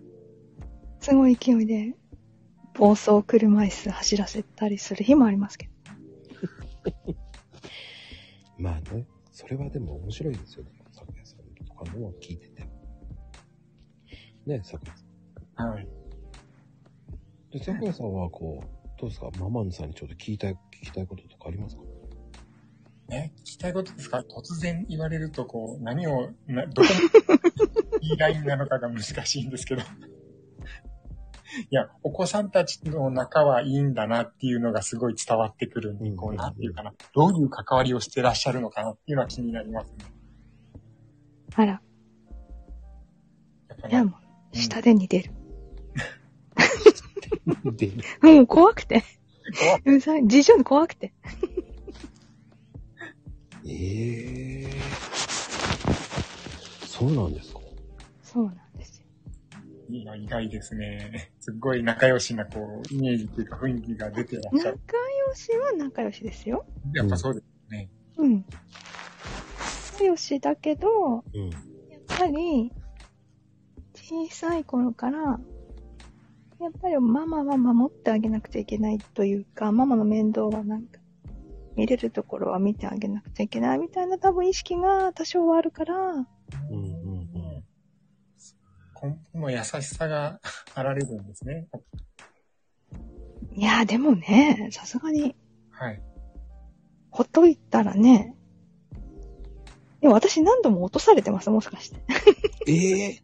すごい勢いで、暴走車椅子走らせたりする日もありますけど。
まあね、それはでも面白いですよね。昨夜さんとかのを聞いてて。ね、昨夜さん。
はい。
で、昨夜さんはこう、どうですかママンさんにちょっと聞いたい、聞きたいこととかあり ますか
え、聞きたいことですか突然言われると、こう、何を、などこに、いいラインなのかが難しいんですけど。 いや、お子さんたちの仲はいいんだなっていうのがすごい伝わってくるんで、こ
う
う、
ん
なんていうかな。どういう関わりをしてらっしゃるのかなっていうのは気になりますね。
あら、
やっぱ
いや
り、
もう、下手に出る。
で、
もう怖くて。
怖
うざい。自称怖くて。
ええそうなんですか
そうなんですよ。
いや、意外ですね。すっごい仲良しな、こう、イメージっていうか雰囲気が出てらっし
仲
ゃ
良
る。
しは仲良しですよ。
やっぱそうですね。
うん。仲良しだけど、
うん。
やっぱり、小さい頃から、やっぱりママは守ってあげなくちゃいけないというか、ママの面倒はなんか、見れるところは見てあげなくちゃいけないみたいな多分意識が多少はあるから、
うんうんうん。
根本の優しさが あられるんですね。
いやーでもね、さすがに、
はい。
ほっといたらね、でも私何度も落とされてます、もしかして。
ええ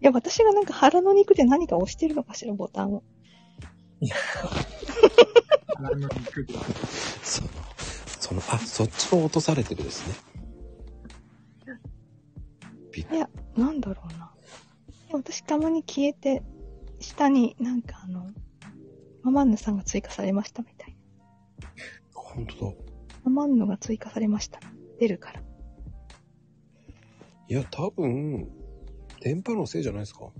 いや、私がなんか腹の肉で何か押してるのかしら、ボタンを。
腹の肉が
その、その、あ、そっちを落とされてるですね。びっくり
なんだろうな。いや私たまに消えて、下になんかあの、ママンヌさんが追加されましたみたい
本当だ。
な。ママンヌが追加されました。出るから。
いや、多分、電波のせいじゃないですか。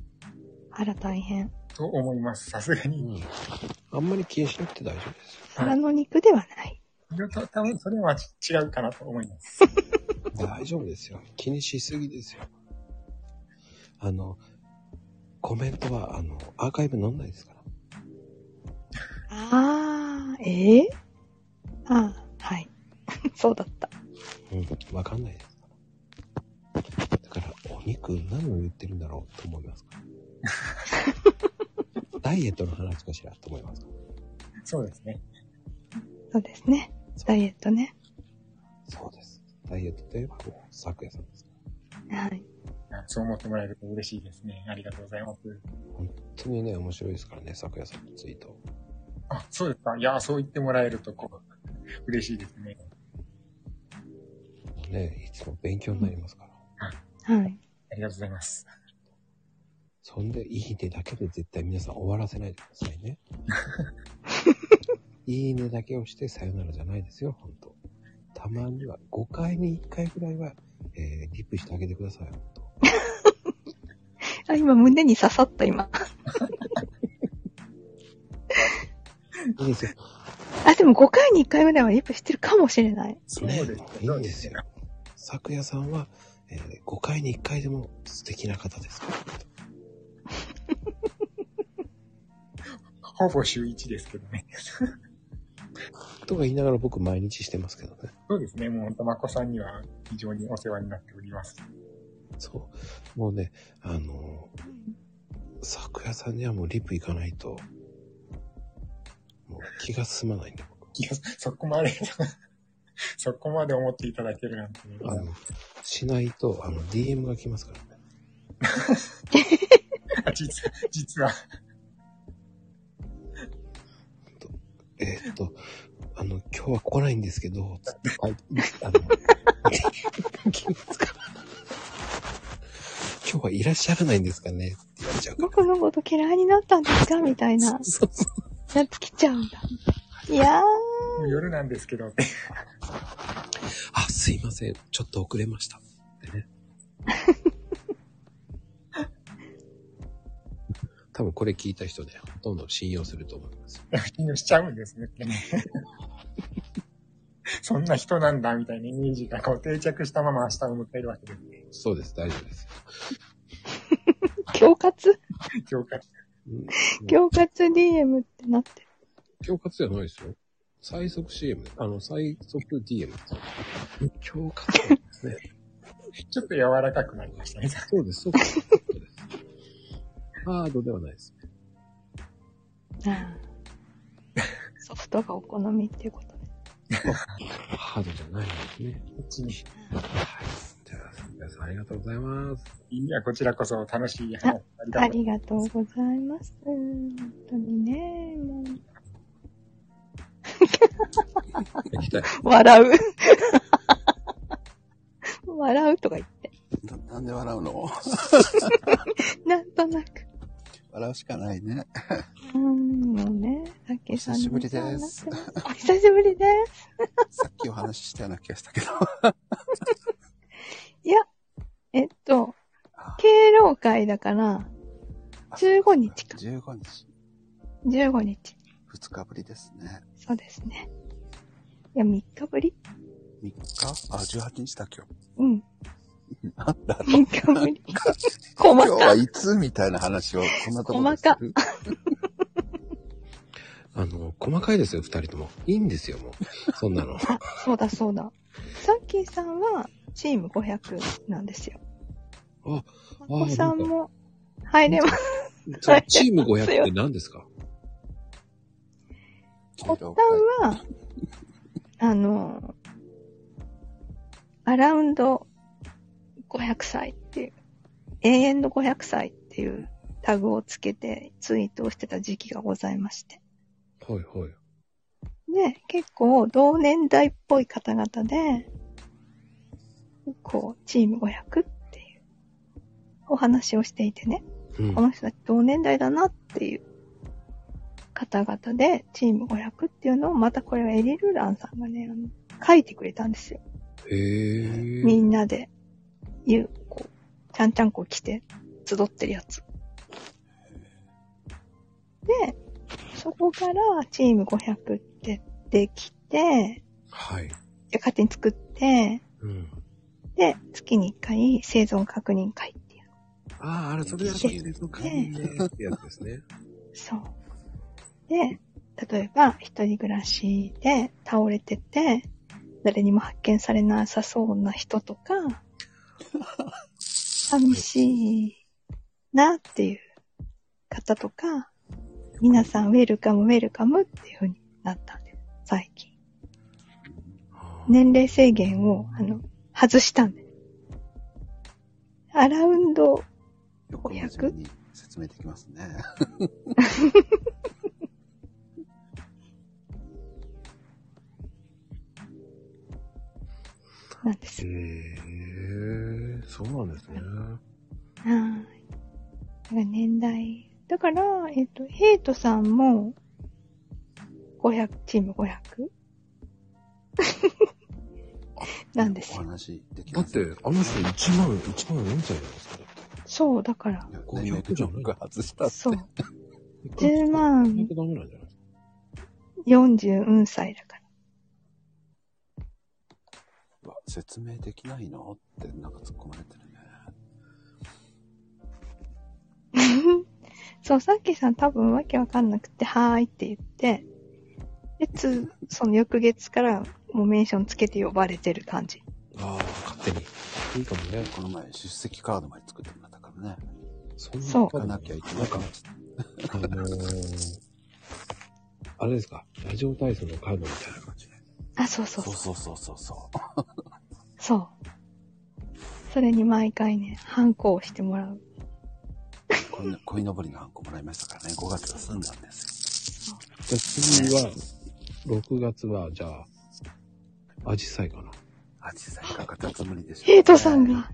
あら大変。
と思います。さすが
う
に。
ん。あんまり気にしなくて大丈夫ですよ。
腹の肉ではない。
いやた多分それはち違うかなと思います。
大丈夫ですよ。気にしすぎですよ。あの、コメントは、あの、アーカイブなんないですから。
あー、ええあー、はい。 そうだった。
うん、わかんないですから。だから、お肉、何を言ってるんだろうと思いますから。ダイエットの話かしらと思いますから。
そうですね。
そうですね。ダイエットね。
そうです。ダイエットといえば、もう、昨夜さんです。
はい。
あそう思ってもらえると嬉しいですね。ありがとうございます。
本当にね、面白いですからね、昨夜さんのツイート。
あ、そうですか。いや、そう言ってもらえるとこう、嬉しいですね。
もうね、いつも勉強になりますから。
はい。
ありがとうございます。
そんで、いいねだけで絶対皆さん終わらせないでくださいね。いいねだけをしてさよならじゃないですよ、ほんと。たまには、5回に1回ぐらいは、えー、リップしてあげてください、ほんと。
あ、今胸に刺さった今。
いいですよ。
あ、でも5回に1回ぐらいはやっぱ知ってるかもしれない。
そうですね。
いいんですよ。昨夜さんは、えー5回に1回でも素敵な方ですから。
ほぼ週1ですけどね。
とか言いながら僕毎日してますけどね。
そうですね。もう、たまこさんには非常にお世話になっております。
そう。もうね、あのー、昨夜さんにはもうリプ行かないと、もう気が進まないんで、僕。
いや、そこまで、 そこまで思っていただけるなんて、ね。
あの、しないと、あの、DM が来ますからね。
あ 実は、実は、
えーっと、あの、今日は来ないんですけど、つって、はい、あの、 来ますから今日はいらっしゃらないんですかねって言われちゃうか
僕のこと嫌いになったんですかみたい
ら。
な。
そうそう
やつ来ちゃうんだ。いやー、
もう夜なんですけどって。
あ、すいません。ちょっと遅れました。ってね。 多分これ聞いた人ね、ほとんど信用すると思います。
気にしちゃうんですね ってね。そんな人なんだみたいなイメージがこう定着したまま明日を迎えるわけですね。
そうです。大丈夫です。
恐喝
今日から。
恐喝 DM ってなってる。
恐喝じゃないですよ。最速 CM。あの、最速 DM です。恐喝ですね。
ちょっと柔らかくなりましたね。
そうです。そうです。そうですハードではないです。
あー ソフトがお好みっていうことね。
ハードじゃないんですね。
こっちに。
はい。じゃあ、皆さんありがとうございます。
いや、こちらこそ楽しい話ありが
あ
とう。
りがとうございます。本当にね、もう。
行きたい。
笑う。笑うとか言って。
ななんで笑うの
なんとなく。
笑うしかない ね。
うーん、もうね、さっきさんに
お久しぶりです
お世話になってます。お久しぶりです。
さっきお話ししたような気がしたけど。
いや、えっと、
あ
敬老会だから、15日か
15日。
15日。
2日ぶりですね。
そうですね。いや、3日ぶり
3日あ、18日だ今日。
うん。
なんだ
3日ぶり。
今日
細か
はいつみたいな話をこんなところでする。
あの、細かいですよ、二人とも。いいんですよ、もう。そん なの。
そうだそうだ。さっきさんは、チーム500なんですよ。
あ、
まこさんも、入れます。
それチーム500って何ですか
敬
発端
老
は、あの、アラウンド500歳っていう、永遠の500歳っていうタグをつけてツイートをしてた時期がございまして。
はいはい。
で、結構同年代っぽい方々で、こう、チーム500っていうお話をしていてね、
うん
こ。の人たち同年代だなっていう方々で、チーム500っていうのをまたこれはエリルランさんがね、あの書いてくれたんですよ。
へえ。
みんなで、言う、こう、ちゃんちゃんこ着て、集ってるやつ。で、そこからチーム500ってできて、
はい。
で勝手に作って、
うん。
で、月に1回生存確認会っていう。
ああ、あれ、それだけでとかね。ってやつですね。
そう。で、例えば、一人暮らしで倒れてて、誰にも発見されなさそうな人とか、寂しいなっていう方とか、皆さんウェルカムウェルカムっていう風になったんです、最近。年齢制限を、あの、外したんです。アラウンド
会よく真面目に説明できますね。
なんです
へ
よ。
え、そうなんですね。
はい。なんか年代。だから、えっ、と、ヘイトさんも、500、チーム 500? なんですよ。
お話でき
だ
ま
っ
す
て、あの人1万、1万4千円ですか
そう、だから、
何を言ってるのか外したって。
そう。10万
ないとダメなんじゃない
40うん歳だから。
うわ説明できないのってなんか突っ込まれてるね。
そう、さっきさん多分わけわかんなくて、はーいって言って、で、つ、その翌月からもうメンションつけて呼ばれてる感じ。
ああ、勝手に。いいかもね。
この前、出席カードまで作ってもらったからね。
そんな
そう
行かなきゃいけないからって
あのー、あれですか、ラジオ体操のカードみたいな感じで。
あ、そうそう
そ
そうう。
そうそうそうそ
そう。それに毎回ね、ハンコをしてもらう。
う。こいのこいのぼりのハンコもらいましたからね。5月が済んだんです
じゃあ次は、6月は、じゃあ、アジサイかな。
よ。あ、実際かかったつもりでしょ、
ヘイトさんが、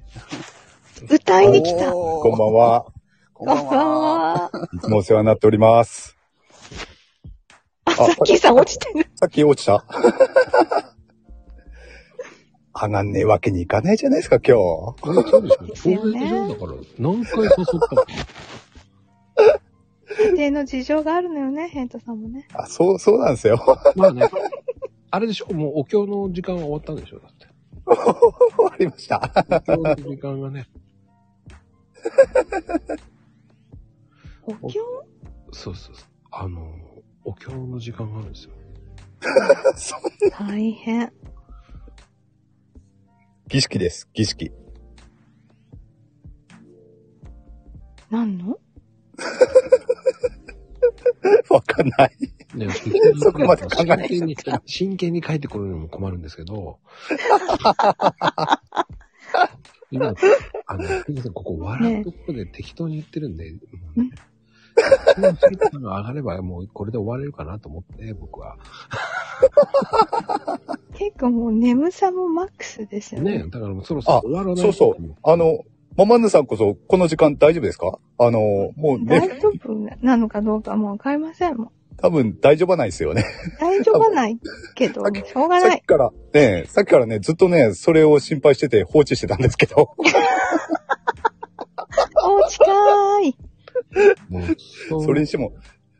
歌いに来た。
おー
こんばんは。
こん
こ
ば
ん
ん
ばん
は。
は。
いつもお世話になっております。
あ、さっきさん落ちてる。
さっき落ちた 上がんねえわけにいかないじゃないですか、今日。
大丈夫ですか
ですよね
当然でしょだから、何回誘ったの
家庭の事情があるのよね、ヘイトさんもね。
あ、そう、そうなんですよ。
まあね、あれでしょ、もうお経の時間は終わったんでしょ、だって。
終わりました。
お経の時間がね、
お経
そうそうそう。あのー、お経の時間があるんですよ。
そう
大変。
儀式です、儀式。
なんの
わかんない。
ね、
そこまで考えな
真
い
剣に、真剣に帰ってくるのも困るんですけど。今、あの、すみません、ここ笑うところで適当に言ってるんで、もうね。もう、テンションが上がれば、もうこれで終われるかなと思って、僕は。
結構もう眠さもマックスですよね。
ねだからもうそろそろ
あ
終わらない。
そうそうあの、ママンヌさんこそ、この時間大丈夫ですかあの、もう
大
ね、
丈夫なのかどうかもうわかりませんもん。
多分大丈夫ないですよね。
大丈夫はないけど、しょうが
さ
な
っ
い
き。から、ね、さっきからね、ずっとね、それを心配してて放置してたんですけ
お
ど。
うちかーい。
もう、
それにしても、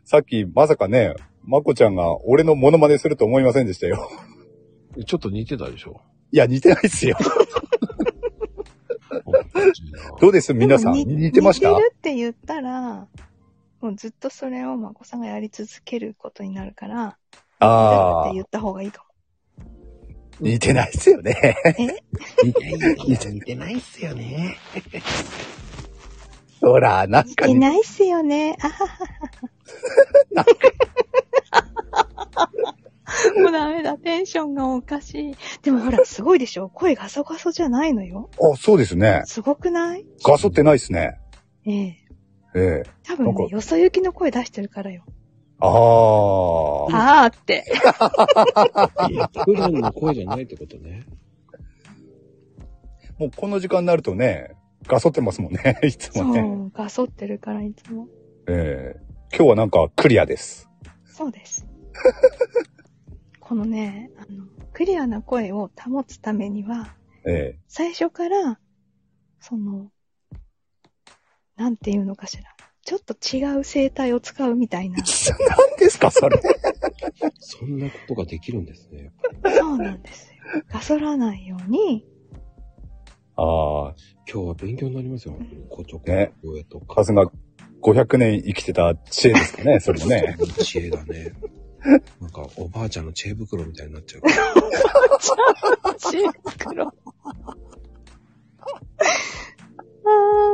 さっきまさかね、まこちゃんが俺のモノマネすると思いませんでしたよ。
ちょっと似てたでしょ。
いや、似てないですよ。
おかしいな
どうです皆さん。
でもに
似てました
似てるって言ったら、もうずっとそれをまこさんがやり続けることになるから、だっ
ああ
て、言った方がいいかも。
似てないですよね。
似て似てないっすよね。
ほら、なん
似
か
て
に、
ないっすよね。あははは。もうダメだ。テンションがおかしい。でもほら、すごいでしょ声ガソガソじゃないのよ。
あ、そうですね。
すごくない
ガソってないですね。
ええ。
ええ。
多分
なん
ね
か、
よそ行きの声出してるからよ。
ああ。
あーって。
普段の声じゃないってことね。
もうこの時間になるとね、ガソってますもんね。 いつ
そ
もね。
う、ガソってるからいつも。
ええ。今日はなんかクリアです。
そう です。このね、あの、クリアな声を保つためには、
ええ。
最初から、その、なんていうのかしら。ちょっと違う声帯を使うみたいな。
何ですか、それ。
そんなことができるんですね。
そうなんですよ。ガソらないように、
ああ。
今日は勉強になりますよ。こちょこ、
ね
上とか。
数が500年生きてた知恵ですか ね、それもね。
知恵だね。なんか、おばあちゃんの知恵袋みたいになっちゃうから。
知恵 袋。ああ、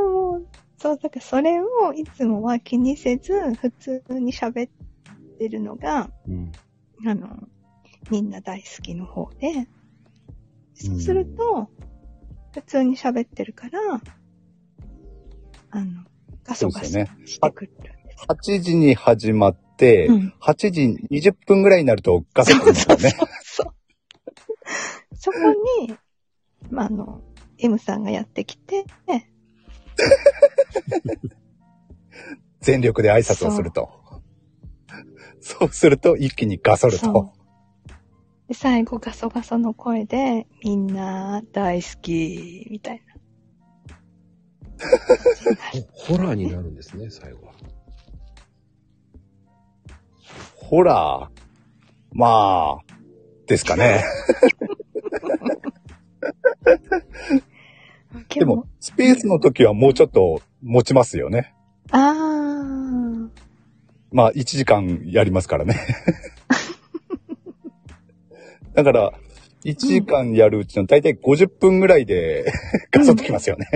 もう。そう、だからそれをいつもは気にせず、普通に喋ってるのが、
うん。
あの、みんな大好きの方で、そうすると、普通に喋ってるから、あの、ガソガソ
そうです
してくる。
8時に始まって、
うん
8時20分ぐらいになるとガサッとなるんですよね。
そう。そこに、まあ、あの、M さんがやってきて、
全力で挨拶をすると。そうすると一気にガソると。
う。で、最後ガソガソの声で、みんな大好き、みたい な。
ホラーになるんですね、最後は。
ほら、まあ、ですかね。でも、スペースの時はもうちょっと持ちますよね。
あー。
まあ、1時間やりますか らね。だから、1時間やるうちの大体50分ぐらいでガソってきますよね。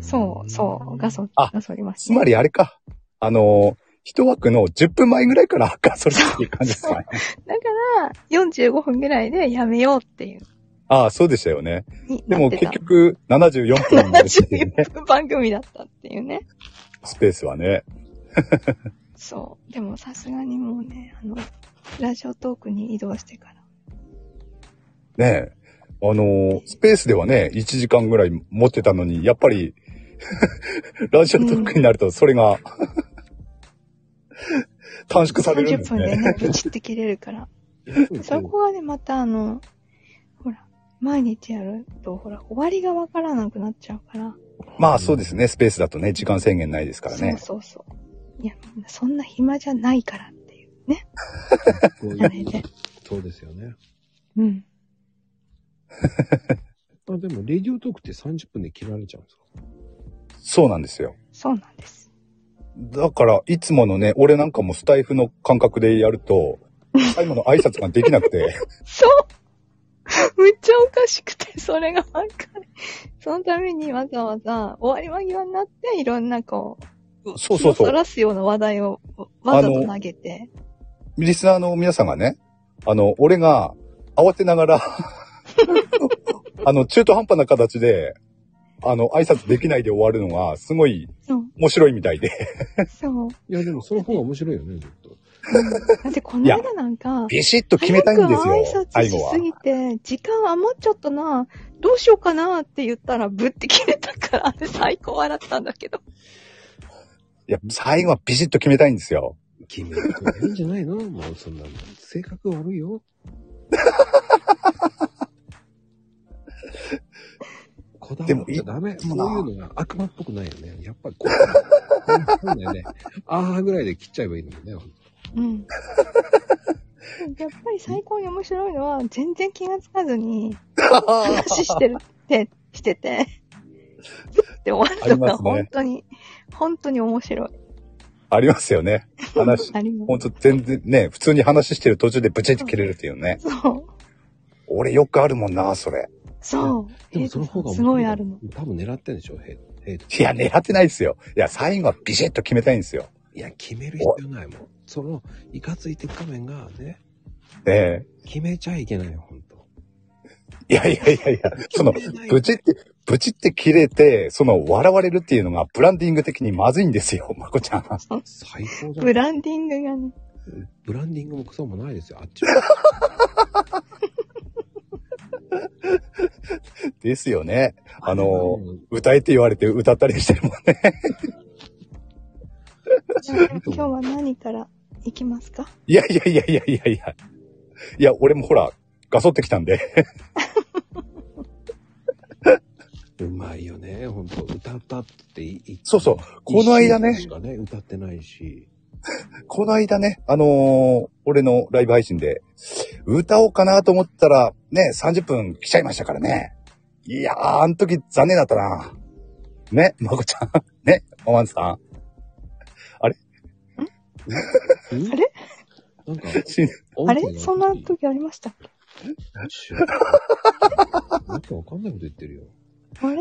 そう、そう、ガソ、
あ
ガソります
つ
ね。
まりあれか。あの、一枠の10分前ぐらいから ガソリンっていう感じですか ね。
だから、45分ぐらいでやめようっていう、
ああ、そうでしたよね。
に
で
な
も
ってた
結。局74分でしたよね。
74分番組だったっていうね。
スペースはね。
そう。でもさすがにもうね、あの、ラジオトークに移動してから。
ねえ。あのースペースではね、1時間ぐらい持ってたのに、やっぱり、 ラジオトークになると、それが、 短縮されるんで
30
す
分で
ね。
ね、ブチって切れるから。そこがね、またあの、ほら、毎日やると、ほら、終わりがわからなくなっちゃうから。
まあそうですね、スペースだとね、時間制限ないですからね。
そうそうそう。いや、みんなそんな暇じゃないからっていうね。
こうい
あ
う
れで。
そうですよね。
うん。
あ、でも、レディオトークって30分で切られちゃうんですか
そうなんですよ。
そうなんです。
だから、いつものね、俺なんかもスタイフの感覚でやると、最後の挨拶ができなく て、
そうめっちゃおかしくて、それが分かる。そのためにわざわざ終わり間際になって、いろんなこう、
そうそうそ
そら
う。
すような話題をわざと投げて。
リスナーの皆さんがね、あの、俺が慌てながら、 あの、中途半端な形で、あの、挨拶できないで終わるのが、すごい
そう、
面白いみたいで。
そう。
いや、でも、その方が面白いよね、ずっと。
だってこの間なん か、
ビシッと決めたいんですよ
早、く挨拶
最後
し
は
す。ぎて、時間余っちゃったな、どうしようかなって言ったら、ぶって切れたから、あれ最高笑ったんだけど。
いや、最後はビシッと決めたいんですよ。
君のことがいいんじゃないのもう、そんな、性格悪いよ。こだわっちゃダメ。
も
そ
な
ういうのが悪魔っぽくないよね。やっぱりこう、そうだよね。 ああぐらいで切っちゃえばいいのにね。
うん。やっぱり最高に面白いのは、全然気がつかずに、話してるって、してて、で終わるの
あり
が
ますね
本当に、本当に面白い。
ありますよね。話、
ありま
ほんと全然ね、普通に話してる途中でブチッと切れるっていうね。
す。そう。
俺よくあるもんな、それ。
そう。
でもその方が面白
すごいあるの。。
多分狙ってんでしょ、ヘイヘイト。
いや、狙ってないですよ。いや、最後はビシッと決めたいんですよ。
いや、決める必要ないもん。その、いかつい鉄仮面がね、
え
決めちゃいけないよ、ほんと。
えいやいやいやいや、その、ブチって、ブチって切れて、その、笑われるっていうのが、ブランディング的にまずいんですよ、 まこちゃん。
最高じゃ
ブ
ん。
ランディン グがね、
ブランディングもクソもないですよ、あっち
ですよね。
は
あの、歌えって言われて歌ったりしてるもんね。
じゃあ今日は何から行きますか
いやいやいやいやいやいや。いや、俺もほら、ガソってきたんで。
うまいよね、ほんと。歌ったって言って。
そうそう。この間ね
一週間しかね、歌ってないし。
この間ね、あのー俺のライブ配信で、歌おうかなと思ったら、ね、30分来ちゃいましたからね。いやー、あの時残念だったな。ね、まこちゃん。ね、おまんさん。
あ
あれ
なん か、
し
あれそんな時ありましたっけ
なんかわかんないこと言ってるよ。
あれ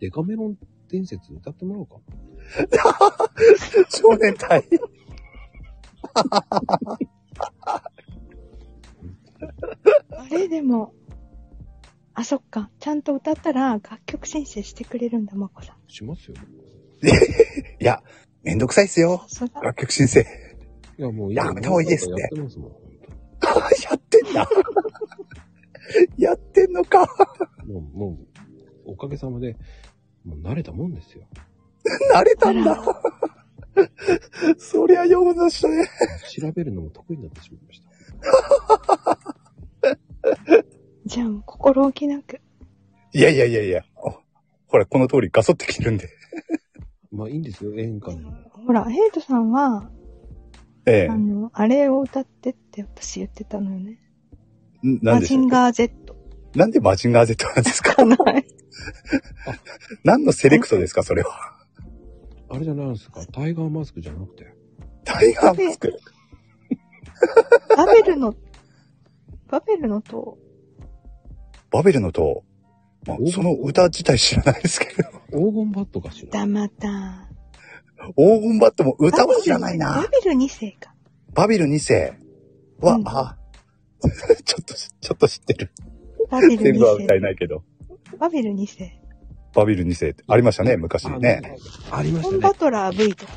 デカメロン伝説歌ってもらおうか。
少年隊。
あれでも、あ、そっか。ちゃんと歌ったら楽曲申請してくれるんだ、まこさん。
しますよ。
いや、めんどくさいっすよ。
そうだ。
楽曲申請。
いや、もう
やめた方がいいですって
やってますもん、ほんと
やってんだ。 やってんのか。
もう、もう、おかげさまで、もう慣れたもんですよ。
慣れた
あ
んだ。
ら、
そりゃようなしたね。
調べるのも得意になってしまいました。
じゃあ、心置きなく。
いやいやいやいや。おほら、この通りガソってきてるんで。
まあいいんですよ、演歌の。
ほら、ヘイトさんは、
ええ
あ。の、あれを歌ってって私言ってたのよね。
ん
マ
何で
ジ
し
ン
たっ
ガー Z
けなんでマジンガー Z なんで すか
かな。
何のセレクトですかそれは。
あれじゃないですか。タイガーマスクじゃなくて。
タイガーマスク。
バベルの、バベルの塔。
バベルの塔。まあ
お、
その歌自体知らないですけど。
黄金バットかしら。
だまた。
黄金バットも歌は知らない
バ
な。
ベル2世か。
バビル2世は、
うん
あ、 ちょっと、ちょっと知ってる。
バベル
全部は
2
歌え
世。
ないけど。
バベル2世。
バビル2世ってありましたね、昔ね。
ありまし
コ
た
ン
ね
バ。トラー V とか。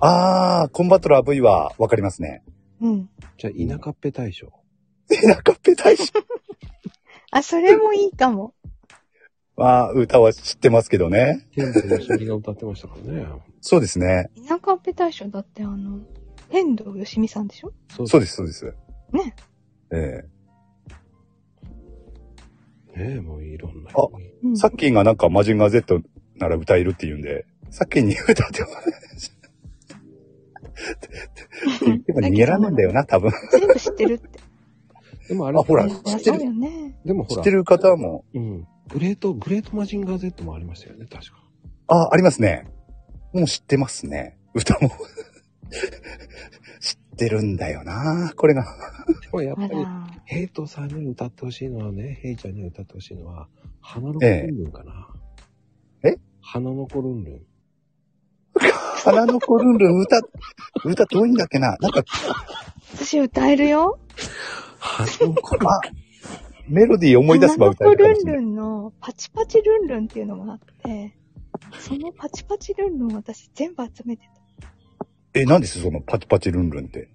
あー、コンバトラー V はわかりますね。
うん。
じゃあ、田舎っぺ大将。
中っぺ大使
あ、それもいいかも。
は歌は知ってますけどね。
天童よしみが歌ってましたからね。
そうですね。
田舎っぺ大将だってあの、天童よしみさんでしょ
そう
そう
で
です、そうです。
ね。
え
すね。もういろんな。
あ
う
え
ん。
さっきーがなんかマジンガー Z なら歌えるって言うんで、さっきーに歌ってもらえない。でも逃げらんねえんだよな、多分。
全部知ってるって。
でもあれ、
あ、ほら、
う
知
ん
って
そう
る、
よね。
でもほ
知
ら
って、る方も、
うん。グレート、グレートマジンガー Z もありましたよね、確か。
あ、ありますね。もう知ってますね。歌も。知ってるんだよな、これが。
でもやっぱ
あ
り、
ら。
ヘイトさんに歌ってほしいのはね、ヘイちゃんに歌ってほしいのは、花の子ルンルンかな。
ええ
花の子ルンルン。
花の子ルンルン歌、歌遠いんだっけな。なんか
私歌えるよ。
花の子ルン
あメロディー思い出せば歌えるかもしれ
ルン
ない。
ルンのパチパチルンルンっていうのがあって、そのパチパチルンルンを私全部集めてた。
え、何ですそのパチパチルンルンって。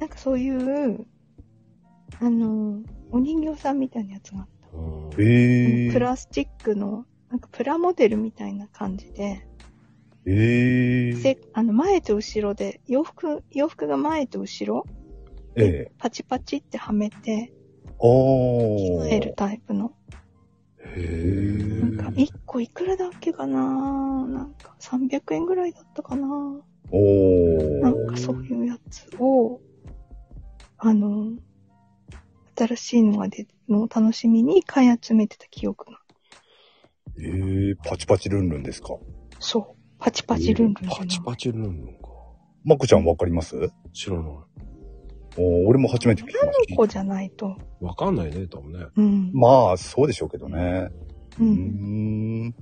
なんかそういう、あの、お人形さんみたいなやつがあった。
うん
えー。
プラスチックの、なんかプラモデルみたいな感じで、
えー。
せあの前と後ろで、洋服、洋服が前と後ろ、
ええ。
パチパチってはめて、
お
着替える
ー。
タイプの。
へ
なんか
ぇ
1個いくらだっけかななんか300円ぐらいだったかな
お
なん
ー。
かそういうやつを、あの、新しいのが出るのを楽しみに買い集めてた記憶が。
えー、パチパチルンルンですか。
そう。パチパチルンルン
パ
じ
チ
ゃない。
パチルンルンか。
まこちゃんわかります
知らない。
おー俺も初めて聞きまし
子
た。
じゃないと。
わかんないね、多分ね。
うん。
まあ、そうでしょうけどね。
う
うー
ん。
ん。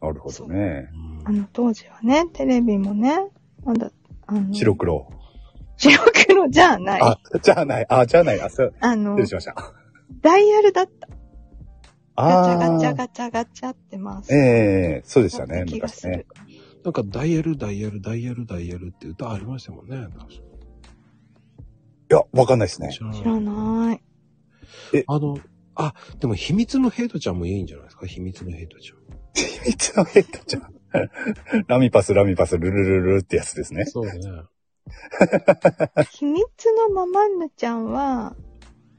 なるほどね。
あの当時はね、テレビもね、まだ、あの、
白黒。
白黒じゃない。
あ
あ、
じゃあない。あ、じゃあない。あ、そう。
の
失礼、しました。
ダイヤルだった。ガチ
あ
ャガチャ
ー。
ガチャガチャってます。
ええそうで
だ
した
った
ね、
気が
昔
す
ね
る。。
なんか、ダイヤル、ダイヤル、ダイヤル、ダイヤルって歌ありましたもんね。確か
いや、わかんないですね。
知ら
知ら
ない。
ない。
あの、あ、でも、秘密のヘイトちゃんもいいんじゃないですか秘密のヘイトちゃん。
いつのヘッドじゃん。 ラミパス、ラミパス、ルルルルルってやつですね。
そうだね。
秘密のままんぬちゃんは、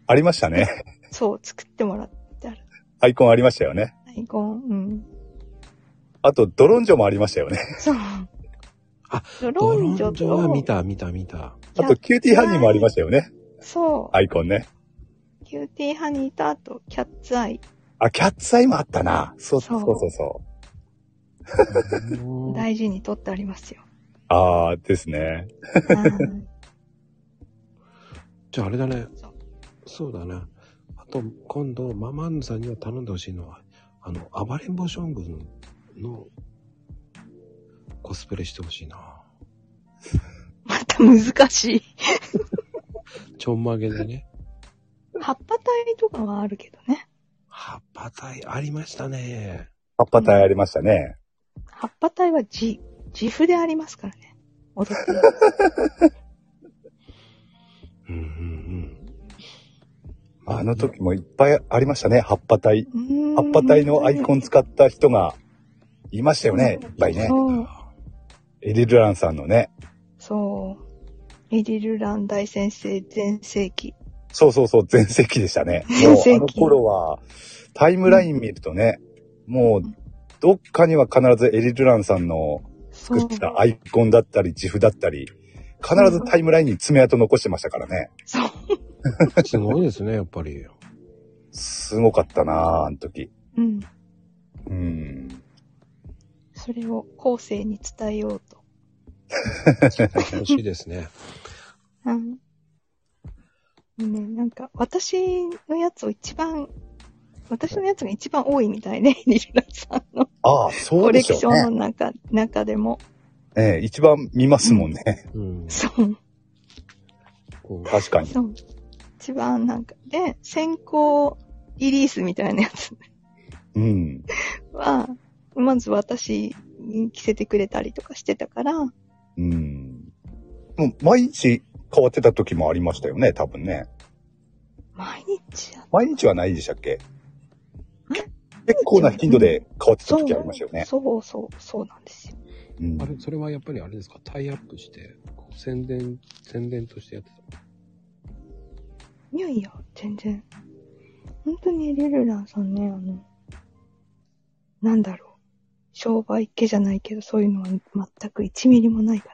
ありましたね。
そう、作ってもらってある。
アイコンありましたよね。
アイコン、うん。
あと、ドロンジョもありましたよね。
そう。
あ、
ド
ド
ロ
ロ
ン
ン
ジ
ジ
ョ
ョは
と、
見た、見た、見た。
あと、キューティーハニーもありましたよね。
そ
アイコンね。
う、キューティーハニーと、あと、キャッツアイ、
あ、キャッツアイもあったな。そうそ
そうう
そうそう。
あ
大事に取ってありますよ。
あーですね。
はい
じゃあ、あれだね
そう。
そうだね。あと、今度、ママンヌさんには頼んでほしいのは、あの、暴れん坊将軍のコスプレしてほしいな。
また難しい。
ちょんまげでね。
葉っぱ体とかはあるけどね。
葉っぱ体ありましたね。
葉っぱ隊ありましたね。
葉っぱ体は自、自負でありますからね。踊って る。
うんうんうん。
あの時もいっぱいありましたね。葉っぱ隊。葉っぱ隊のアイコ
ン。
ン使った人がいましたよね。いっぱいね。
そう。
エリルランさんのね。
そう。エリルラン大先生全盛期。
そうそうそう、全盛期でしたね。
全盛期
もうあの頃は、タイムライン見るとね、もう、どっかには必ずエリルランさんの
そ
作
う
ったアイコンだったり、自負だったり、必ずタイムラインに爪痕残してましたからね。
そう。
すごいですね、やっぱ り。
すごかったなぁ、あの時。
うん。
うん。
それを後世に伝えようと。
楽しいですね。
うん。でね、なんか、私のやつを一番、私のやつが一番多いみたいね、 リルラさんの
ああ、そ
コ
うで
レ
し
ク
ょ
ショ
う
ンの。
ね
中、中でも。
ええ、一番見ますもんね。
うん。
そう、
こう
確かに。
そう。一番なんか、で、先行リリースみたいなやつ
うん。
は、まず私に着せてくれたりとかしてたから、
うん。もう毎日変わってた時もありましたよね、多分ね。
毎日や
毎日はないでしたっけ結構な頻度で変わってた
そう
時ありましたよね。
そうそう、そうなんですよ。
うん
あれ、それはやっぱりあれですか、タイアップして、こう宣伝、宣伝としてやってた。
いやいや、全然。本当にリルランさんね、あの、なんだろう。商売系じゃないけど、そういうのは全く1ミリもない方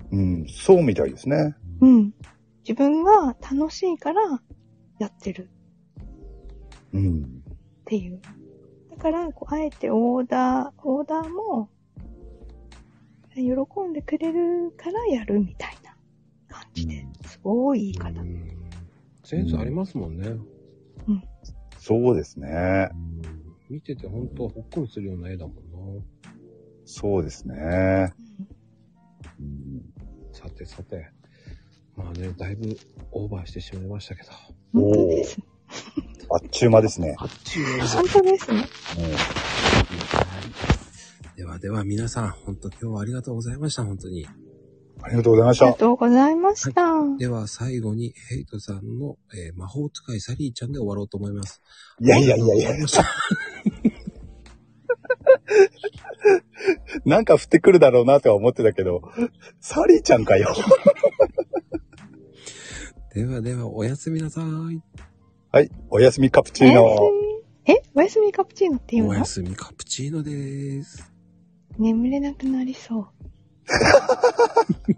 で。
うん、そうみたいですね。
うん。自分が楽しいからやってる
うん。
っていう。だから、こう、あえてオーダー、オーダーも、喜んでくれるからやるみたいな感じで、すごいいい方。
うんセンスありますもんね。
そうですね。
うん見てて本当ほっこりするような絵だも
そうですね。
うん
うん
んな。さてさて。まあね、だいぶオーバーしてしまいましたけど。
本当ですね。
あっちゅう間ですね。
あっちゅう間に
本当ですね。
ではでは皆さん、本当今日はありがとうございました、本当に。
ありがとうございまし
ありが
た。
とうございました。
では最後にヘイトさんの、えー魔法使いサリーちゃんで終わろうと思います。
いやいやいやいや、なんか降ってくるだろうなとは思ってたけど、サリーちゃんかよ。
ではではおやすみなさい。
はい、おやすみカプチー
おやす
ノ。
みえおやすみカプチーノって言う
おや
の
すみカプチーノです。
眠れなくなりそう。